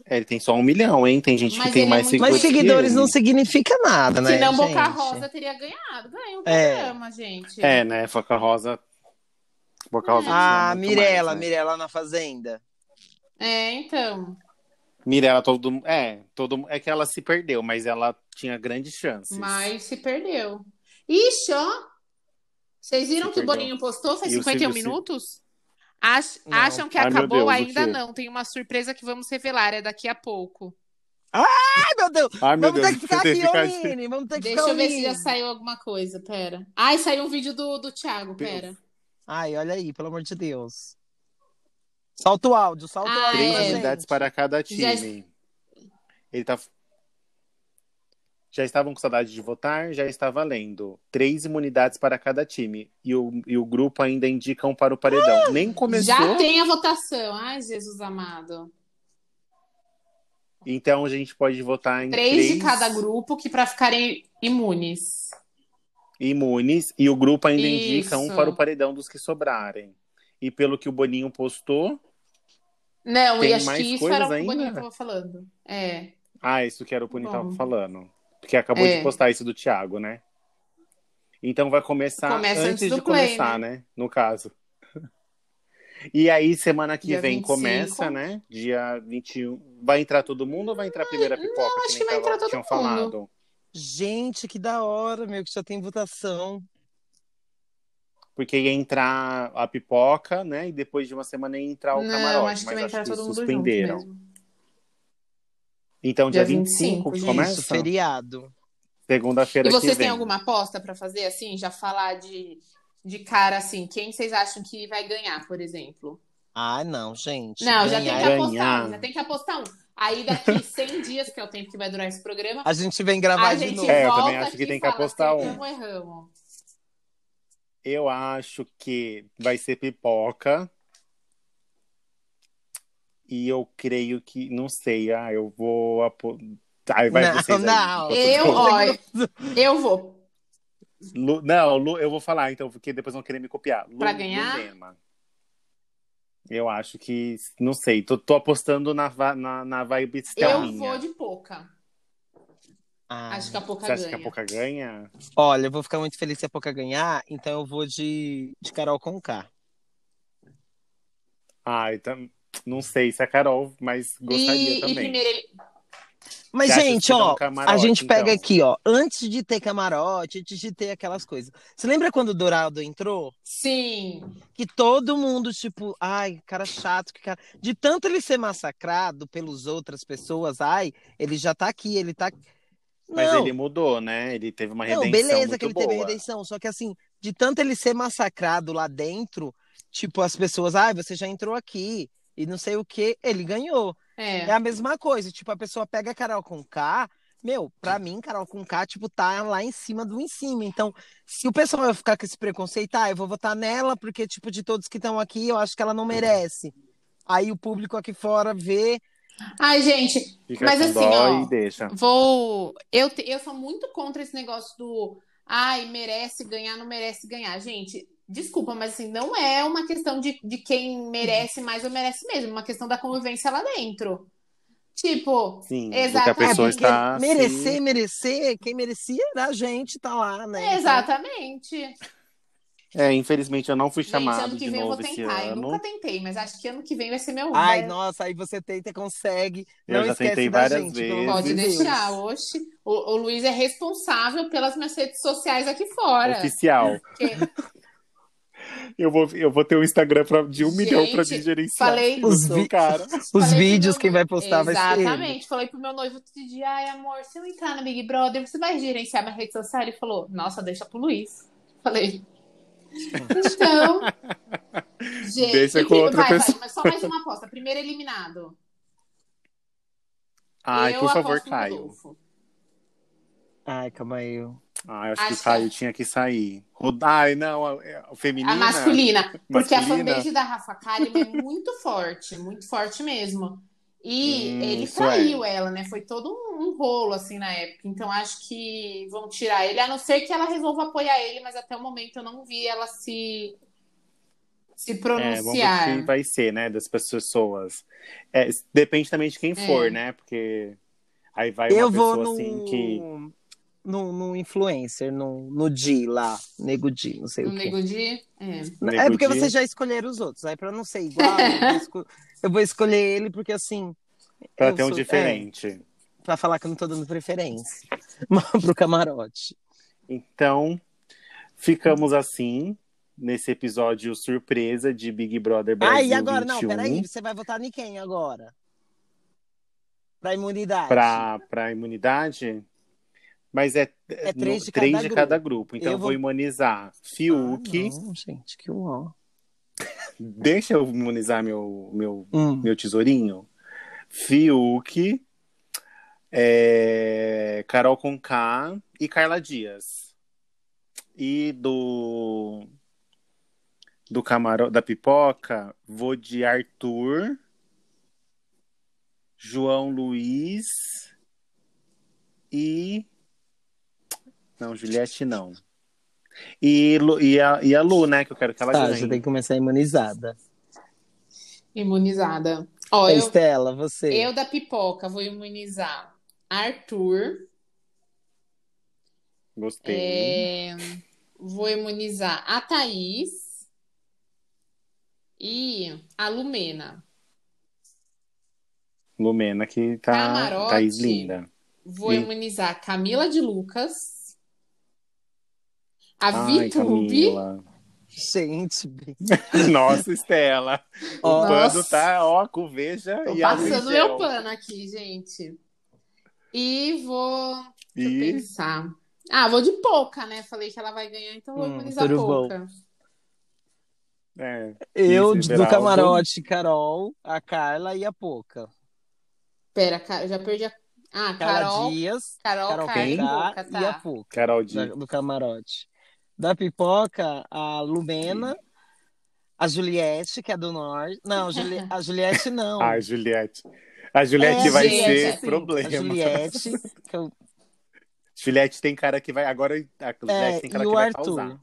Speaker 2: É, ele tem só um milhão, hein? Tem gente
Speaker 3: Mas
Speaker 2: que tem
Speaker 3: ele é
Speaker 2: mais
Speaker 3: muito-
Speaker 2: seguidores.
Speaker 1: mas
Speaker 3: Pois
Speaker 1: seguidores
Speaker 2: que
Speaker 1: não
Speaker 2: ele.
Speaker 1: significa nada, né?
Speaker 3: Senão
Speaker 1: gente?
Speaker 3: Boca Rosa teria ganhado. Ganhou o
Speaker 1: É.
Speaker 3: programa, gente.
Speaker 2: É, né? Foca Rosa. Boca Rosa.
Speaker 1: Ah,
Speaker 2: tinha muito
Speaker 1: Mirella,
Speaker 2: mais, né?
Speaker 1: Mirella na Fazenda.
Speaker 3: É, então.
Speaker 2: Mirella, todo mundo. É, todo... mu- é que ela se perdeu, mas ela tinha grandes chances.
Speaker 3: Mas se perdeu. Ixi, ó. Vocês viram
Speaker 2: Se
Speaker 3: que o
Speaker 2: perdeu.
Speaker 3: Boninho postou? Faz
Speaker 2: E o Silvio
Speaker 3: 51
Speaker 2: Sil-
Speaker 3: minutos? Ach-
Speaker 1: Não.
Speaker 3: acham que
Speaker 2: Ai, meu
Speaker 3: acabou?
Speaker 2: Deus, o
Speaker 3: Ainda
Speaker 2: quê?
Speaker 3: não. Tem uma surpresa que vamos revelar. É daqui a pouco.
Speaker 1: Ai, meu Deus!
Speaker 2: Ai, meu
Speaker 1: Vamos
Speaker 2: Deus,
Speaker 1: ter que ficar
Speaker 2: eu tenho
Speaker 1: aqui,
Speaker 2: que ficar assim.
Speaker 1: ouvindo, Vamos ter que
Speaker 3: Deixa
Speaker 1: ficar
Speaker 3: eu ver se já
Speaker 1: ouvindo.
Speaker 3: saiu alguma coisa, pera. Ai, saiu um vídeo do, do Thiago, pera.
Speaker 1: Ai, olha aí, pelo amor de Deus. Solta o áudio, solta o
Speaker 3: Ah,
Speaker 1: áudio.
Speaker 2: Três
Speaker 1: pra
Speaker 3: é.
Speaker 1: gente.
Speaker 2: unidades para cada time.
Speaker 3: Já-
Speaker 2: Ele tá. Já estavam com saudade de votar, já está valendo. Três imunidades para cada time. E o, e o grupo ainda indicam para o paredão. Nem começou.
Speaker 3: Ah, Já tem a votação. Ai, Jesus amado.
Speaker 2: Então a gente pode votar em
Speaker 3: Três, de cada grupo que para ficarem imunes.
Speaker 2: imunes. E o grupo ainda
Speaker 3: Isso.
Speaker 2: indica um para o paredão dos que sobrarem. E pelo que o Boninho postou.
Speaker 3: Não, e
Speaker 2: Tem
Speaker 3: acho
Speaker 2: mais
Speaker 3: que isso
Speaker 2: coisas
Speaker 3: era o que o
Speaker 2: ainda?
Speaker 3: Boninho tava falando. É.
Speaker 2: Ah, isso que era o Boninho
Speaker 3: Bom.
Speaker 2: estava falando. Porque acabou
Speaker 3: É.
Speaker 2: de postar isso do Thiago, né? Então vai começar
Speaker 3: Começa
Speaker 2: antes,
Speaker 3: antes do
Speaker 2: de
Speaker 3: play,
Speaker 2: começar, né? No caso. E aí, semana que
Speaker 3: Dia
Speaker 2: vem
Speaker 3: 25.
Speaker 2: começa, né? Dia 21. Vai entrar todo mundo ou vai entrar a primeira pipoca?
Speaker 3: Hum, acho
Speaker 2: nem
Speaker 3: que vai
Speaker 2: tava-
Speaker 3: entrar todo
Speaker 2: tinham
Speaker 3: mundo.
Speaker 2: falado.
Speaker 1: Gente, que da hora, meu, que já tem votação.
Speaker 2: Porque ia entrar a pipoca, né? E depois de uma semana ia entrar É o
Speaker 3: Não,
Speaker 2: camarote.
Speaker 3: acho que
Speaker 2: mas
Speaker 3: vai entrar todo mundo junto
Speaker 2: suspenderam.
Speaker 3: mesmo.
Speaker 2: Então, dia,
Speaker 3: Dia
Speaker 2: 25,
Speaker 3: 25,
Speaker 2: que
Speaker 3: gente.
Speaker 2: começa?
Speaker 1: Isso, feriado.
Speaker 2: Segunda-feira
Speaker 3: E
Speaker 2: que
Speaker 3: vocês
Speaker 2: vem.
Speaker 3: têm alguma aposta para fazer assim? Já falar de, de cara assim, quem vocês acham que vai ganhar, por exemplo?
Speaker 1: Ai, não, gente.
Speaker 3: Não, já tem
Speaker 1: Ganhar-
Speaker 3: que apostar
Speaker 2: Ganhar.
Speaker 3: um, já tem que apostar um. Aí daqui 100 dias, que é o tempo que vai durar esse programa,
Speaker 1: A gente vem
Speaker 3: a
Speaker 1: gravar de
Speaker 3: gente
Speaker 1: novo.
Speaker 3: volta
Speaker 2: É, eu também acho
Speaker 3: aqui
Speaker 2: que
Speaker 3: e
Speaker 2: tem que
Speaker 3: fala,
Speaker 2: apostar um.
Speaker 3: acertamos, erramos.
Speaker 2: Eu acho que vai ser pipoca. E eu creio que. Não sei. Ah, eu vou. Apo... Aí vai
Speaker 1: Não,
Speaker 2: vocês aí. tipo,
Speaker 1: não.
Speaker 3: Eu, ó, eu vou.
Speaker 2: Lu- Não, Lu, eu vou falar então, porque depois vão querer me copiar. Lu,
Speaker 3: Pra ganhar?
Speaker 2: Lumena. Eu acho que, não sei, tô, tô apostando na, va- na, na vibe
Speaker 3: Eu
Speaker 2: Stellinha.
Speaker 3: vou de pouca.
Speaker 1: Ah.
Speaker 3: Acho que a pouca
Speaker 2: Você acha que
Speaker 3: ganha.
Speaker 2: a Poca ganha?
Speaker 1: Olha, eu vou ficar muito feliz se a Poca ganhar, então eu vou de, de Carol Conká.
Speaker 2: Ah, então, não sei se é a Carol, mas gostaria
Speaker 3: e, e
Speaker 2: também.
Speaker 3: primeiro ele...
Speaker 1: Mas,
Speaker 2: Você acha que
Speaker 1: gente,
Speaker 2: você dá um
Speaker 1: ó, a
Speaker 2: camarote,
Speaker 1: gente pega
Speaker 2: então?
Speaker 1: aqui, ó, antes de ter camarote, antes de ter aquelas coisas. Você lembra quando o Dourado entrou?
Speaker 3: Sim.
Speaker 1: Que todo mundo, tipo, ai, cara chato, que cara. De tanto ele ser massacrado pelas outras pessoas, ai, ele já tá aqui, ele tá.
Speaker 2: Mas
Speaker 1: Não,
Speaker 2: ele mudou, né? Ele teve uma
Speaker 1: não,
Speaker 2: redenção
Speaker 1: beleza
Speaker 2: muito
Speaker 1: que ele
Speaker 2: boa.
Speaker 1: teve redenção, só que assim, de tanto ele ser massacrado lá dentro, tipo, as pessoas, ai, você já entrou aqui, e não sei o quê, ele ganhou.
Speaker 3: É.
Speaker 1: É a mesma coisa, tipo, a pessoa pega a Carol com K, meu, pra mim, Carol com K, tipo, tá lá em cima do em cima. Então, se o pessoal vai ficar com esse preconceito, ah, eu vou votar nela, porque, tipo, de todos que estão aqui, eu acho que
Speaker 2: Uhum.
Speaker 1: ela não merece. Aí o público aqui fora vê.
Speaker 3: Ai, gente,
Speaker 2: Fica
Speaker 3: Mas
Speaker 2: com
Speaker 3: assim,
Speaker 2: dó
Speaker 3: ó,
Speaker 2: e deixa.
Speaker 3: vou. Eu, te- eu sou muito contra esse negócio do. Ai, merece ganhar, não merece ganhar. Gente, desculpa, mas assim, não é uma questão de, de quem merece mais ou merece mesmo. É uma questão da convivência lá dentro. Tipo,
Speaker 2: Sim, do que
Speaker 3: Exatamente.
Speaker 2: a
Speaker 1: É,
Speaker 2: pessoa
Speaker 1: porque
Speaker 2: está. assim,
Speaker 1: merecer, merecer, quem merecia era a gente, tá lá, né?
Speaker 3: É,
Speaker 1: Então,
Speaker 3: exatamente.
Speaker 2: É, infelizmente eu não fui
Speaker 3: Gente,
Speaker 2: chamado
Speaker 3: ano que
Speaker 2: de
Speaker 3: vem eu
Speaker 2: novo
Speaker 3: vou
Speaker 2: esse
Speaker 3: tentar. Eu
Speaker 2: ano.
Speaker 3: nunca tentei, mas acho que ano que vem vai ser meu ano.
Speaker 1: Ai,
Speaker 3: Vai-
Speaker 1: nossa, aí você tenta, consegue.
Speaker 2: Eu
Speaker 1: não
Speaker 2: já
Speaker 1: esquece
Speaker 2: tentei
Speaker 1: da
Speaker 2: várias
Speaker 1: gente, pelo amor
Speaker 3: Pode
Speaker 1: de Deus.
Speaker 3: deixar, oxe. O, o Luiz é responsável pelas minhas redes sociais aqui fora.
Speaker 2: Oficial.
Speaker 3: Porque-
Speaker 2: Eu vou, eu vou ter o Instagram pra, de um
Speaker 3: Gente,
Speaker 2: milhão pra me gerenciar.
Speaker 3: falei-
Speaker 2: Eu
Speaker 1: Os
Speaker 2: sou o
Speaker 1: vi-
Speaker 2: cara.
Speaker 1: Os
Speaker 3: Falei pro
Speaker 1: vídeos,
Speaker 3: meu
Speaker 1: quem vai
Speaker 3: noivo-
Speaker 1: postar vai ser. ele.
Speaker 3: Exatamente. Falei pro meu noivo outro dia, ai amor, se eu entrar no Big Brother, você vai gerenciar minha rede social? Ele falou, nossa, deixa pro Luiz. Falei. Então. gente,
Speaker 2: Deixa com outra
Speaker 3: vai,
Speaker 2: pessoa.
Speaker 3: vai, mas só mais uma aposta. Primeiro eliminado.
Speaker 2: Ai,
Speaker 3: eu
Speaker 2: por favor,
Speaker 3: aposto no
Speaker 2: Caio.
Speaker 3: Rodolfo.
Speaker 1: Ai, calma aí. eu-
Speaker 2: Ai, acho, que
Speaker 3: Acho
Speaker 2: o
Speaker 3: que- é.
Speaker 2: Caio tinha que sair. Rod- Ai, não, a, a feminina.
Speaker 3: A masculina. Porque a
Speaker 2: Masculina?
Speaker 3: fanbase da Rafa Kalimann é muito forte, muito forte mesmo. E
Speaker 2: Hum,
Speaker 3: ele
Speaker 2: isso
Speaker 3: traiu ela, né? Foi todo um, um rolo, assim, na época. Então acho que vão tirar ele, a não ser que ela resolva apoiar ele, mas até o momento eu não vi ela se, se
Speaker 2: É, vamos ver quem
Speaker 3: pronunciar.
Speaker 2: vai ser, né? Das pessoas. É, depende também de
Speaker 3: É.
Speaker 2: quem for, né? Porque aí vai uma
Speaker 1: eu
Speaker 2: pessoa
Speaker 1: vou no,
Speaker 2: assim que.
Speaker 1: no, no influencer, no, no Di lá, Nego Di, não sei
Speaker 3: o
Speaker 1: o quê.
Speaker 3: Um Nego Di? É.
Speaker 1: é
Speaker 2: Nego
Speaker 1: porque
Speaker 2: Di.
Speaker 1: vocês já escolheram os outros, aí pra não ser igual, eu, vou esco- eu vou escolher ele porque assim,
Speaker 2: Pra
Speaker 1: Eu
Speaker 2: ter um
Speaker 1: sou-
Speaker 2: diferente.
Speaker 1: é, pra falar que eu não tô dando preferência pro camarote.
Speaker 2: Então, ficamos assim nesse episódio surpresa de Big Brother Brasil
Speaker 1: ah, e agora, não,
Speaker 2: 21
Speaker 1: peraí, você vai votar em quem agora? Pra imunidade.
Speaker 2: para para imunidade. Mas é,
Speaker 1: É três
Speaker 2: no-
Speaker 1: de
Speaker 2: três
Speaker 1: cada
Speaker 2: de
Speaker 1: grupo.
Speaker 2: cada grupo. Então
Speaker 1: Eu
Speaker 2: eu vou...
Speaker 1: vou-
Speaker 2: imunizar
Speaker 1: Ah,
Speaker 2: Fiuk.
Speaker 1: não, gente, que uó.
Speaker 2: Deixa eu imunizar meu meu
Speaker 1: Hum.
Speaker 2: meu tesourinho. Fiuk, é, Carol Conká e Carla Dias. E do do camarão da pipoca, vou de Arthur, João Luiz e não, Juliette não. E, Lu- e, a, e a Lu, né? Que eu quero que ela
Speaker 1: Tá,
Speaker 2: ganhe.
Speaker 1: já tem que começar imunizada.
Speaker 3: Imunizada. Ó, eu,
Speaker 1: Estela, você.
Speaker 3: eu da pipoca vou imunizar Arthur.
Speaker 2: Gostei.
Speaker 3: É, vou imunizar a Thaís e a Lumena.
Speaker 2: Lumena, que tá
Speaker 3: Camarote.
Speaker 2: Thaís linda.
Speaker 3: Vou
Speaker 2: Sim.
Speaker 3: imunizar a Camila de Lucas, a
Speaker 2: Ai,
Speaker 3: Vitube,
Speaker 2: Camila.
Speaker 1: Gente, bem-
Speaker 2: Nossa, Estela. O
Speaker 1: Ó,
Speaker 2: pano
Speaker 3: Nossa.
Speaker 2: tá, ó, com veja
Speaker 3: tô
Speaker 2: e
Speaker 3: passando
Speaker 2: álcool em gel.
Speaker 3: meu pano aqui, gente. E vou deixa eu
Speaker 2: E
Speaker 3: pensar. Ah, vou de pouca, né? Falei que ela vai ganhar, então vou
Speaker 1: Hum,
Speaker 3: imunizar
Speaker 1: tudo
Speaker 3: pouca.
Speaker 2: é,
Speaker 1: eu
Speaker 2: Isso,
Speaker 1: do
Speaker 2: Everaldo.
Speaker 1: camarote, Carol, a Carla e a Poca.
Speaker 3: Pera, Ca- eu já perdi a. Ah,
Speaker 1: Carla
Speaker 3: Carol,
Speaker 1: Dias,
Speaker 3: Carol,
Speaker 1: Carol
Speaker 3: Carla e
Speaker 1: Conká
Speaker 3: Pouca,
Speaker 1: e a
Speaker 3: tá.
Speaker 1: Poca
Speaker 2: Carol
Speaker 1: da-
Speaker 2: Di.
Speaker 1: do camarote. Da pipoca, a Lumena, a Juliette, que é do Norte. Não, Juli- a Juliette não.
Speaker 2: Ai, Ah, Juliette. A Juliette
Speaker 1: É,
Speaker 2: vai
Speaker 3: gente,
Speaker 2: ser
Speaker 3: assim,
Speaker 1: a
Speaker 2: problema.
Speaker 1: Juliette, que eu-
Speaker 2: Juliette tem cara que vai. Agora a Juliette
Speaker 1: é,
Speaker 2: tem cara
Speaker 1: e
Speaker 2: que
Speaker 1: o
Speaker 2: vai causar.
Speaker 1: Arthur.
Speaker 3: Ah,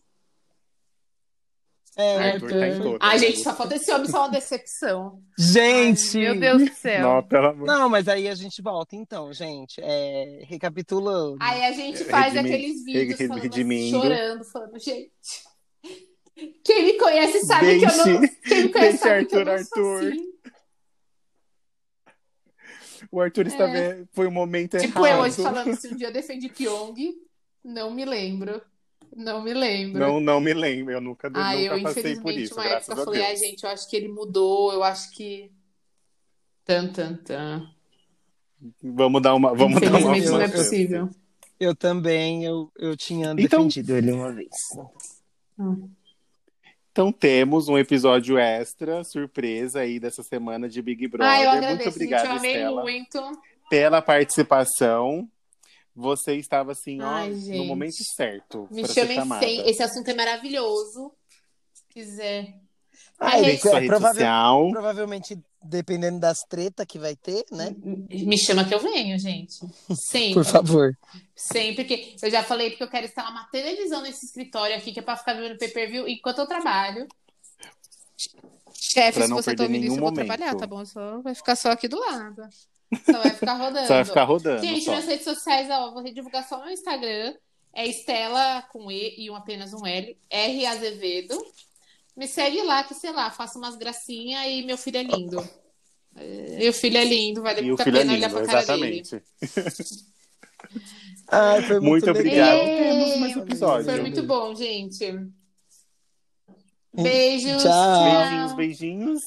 Speaker 1: É,
Speaker 2: Arthur tá em todas.
Speaker 3: Ai, gente, só falta esse homem, só uma decepção.
Speaker 1: gente!
Speaker 3: Meu Deus do céu.
Speaker 2: Não, pelo amor de
Speaker 1: Não, mas aí a gente volta então, gente. É, recapitulando.
Speaker 3: Aí a gente faz
Speaker 2: Redimi-
Speaker 3: aqueles vídeos
Speaker 2: re-
Speaker 3: falando, assim,
Speaker 2: redimindo.
Speaker 3: chorando, falando, gente. Quem me conhece sabe que eu não.
Speaker 2: Deixe-
Speaker 3: Quem me conhece
Speaker 2: deixe
Speaker 3: sabe que eu não
Speaker 2: Arthur,
Speaker 3: sou
Speaker 2: Arthur.
Speaker 3: assim.
Speaker 2: O Arthur está vendo. Foi o momento
Speaker 3: É. Tipo, eu
Speaker 2: errado.
Speaker 3: hoje falando se um dia eu defendi Pyong, não me lembro. Não me lembro.
Speaker 2: Não, não me lembro. Eu nunca,
Speaker 3: Ah,
Speaker 2: nunca
Speaker 3: eu
Speaker 2: passei por
Speaker 3: infelizmente
Speaker 2: isso,
Speaker 3: uma época
Speaker 2: graças a
Speaker 3: falei, ai,
Speaker 2: Deus.
Speaker 3: gente, eu acho que ele mudou, eu acho que. Tan, tan, tan.
Speaker 2: Vamos dar uma. Vamos dar uma
Speaker 3: Infelizmente não é
Speaker 2: chance.
Speaker 3: possível.
Speaker 1: Eu também, eu, eu tinha
Speaker 2: Então-
Speaker 1: defendido ele uma vez.
Speaker 2: Então temos um episódio extra, surpresa aí dessa semana de Big Brother.
Speaker 3: Ah, eu agradeço,
Speaker 2: Muito obrigado,
Speaker 3: gente. Eu amei
Speaker 2: Estela,
Speaker 3: muito.
Speaker 2: pela participação. Você estava assim, ó,
Speaker 3: Ai,
Speaker 2: no
Speaker 3: gente.
Speaker 2: momento certo.
Speaker 3: Me
Speaker 2: pra ser
Speaker 3: chamem
Speaker 2: chamada.
Speaker 3: sem. Esse assunto é maravilhoso. Se quiser.
Speaker 1: Ah,
Speaker 3: Ai,
Speaker 2: Tem
Speaker 1: gente,
Speaker 2: sua
Speaker 1: é,
Speaker 2: rede
Speaker 1: provável-
Speaker 2: social.
Speaker 1: provavelmente, dependendo das tretas que vai ter, né?
Speaker 3: Me chama que eu venho, gente. Sempre.
Speaker 1: Por favor.
Speaker 3: Sempre que eu já falei porque eu quero instalar uma televisão nesse escritório aqui que é pra ficar vendo pay-per-view enquanto eu trabalho. Chefe,
Speaker 2: Pra
Speaker 3: se
Speaker 2: não
Speaker 3: você tá
Speaker 2: perder
Speaker 3: ouvindo isso, eu
Speaker 2: nenhum
Speaker 3: vou
Speaker 2: momento.
Speaker 3: trabalhar, tá bom? Só vai ficar só aqui do lado. Só vai ficar rodando.
Speaker 2: Você vai ficar rodando.
Speaker 3: Gente,
Speaker 2: só.
Speaker 3: minhas redes sociais, ó, vou divulgar só meu Instagram. É Estela com E e um apenas um L. R Azevedo. Me segue lá, que sei lá, faço umas gracinhas e meu filho é lindo. É, E o filho é lindo, vale
Speaker 2: E o
Speaker 3: muito a
Speaker 2: filho é
Speaker 3: pena olhar
Speaker 2: lindo,
Speaker 3: pra cara dele.
Speaker 2: exatamente.
Speaker 1: Ai, foi
Speaker 2: Muito
Speaker 1: muito, legal.
Speaker 2: obrigado.
Speaker 3: Ei,
Speaker 2: Temos mais um episódio. Hum.
Speaker 3: Foi muito bom, gente. Beijos.
Speaker 2: Beijinhos,
Speaker 1: Tchau.
Speaker 2: beijinhos.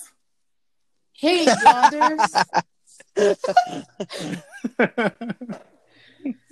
Speaker 3: Hey, brothers.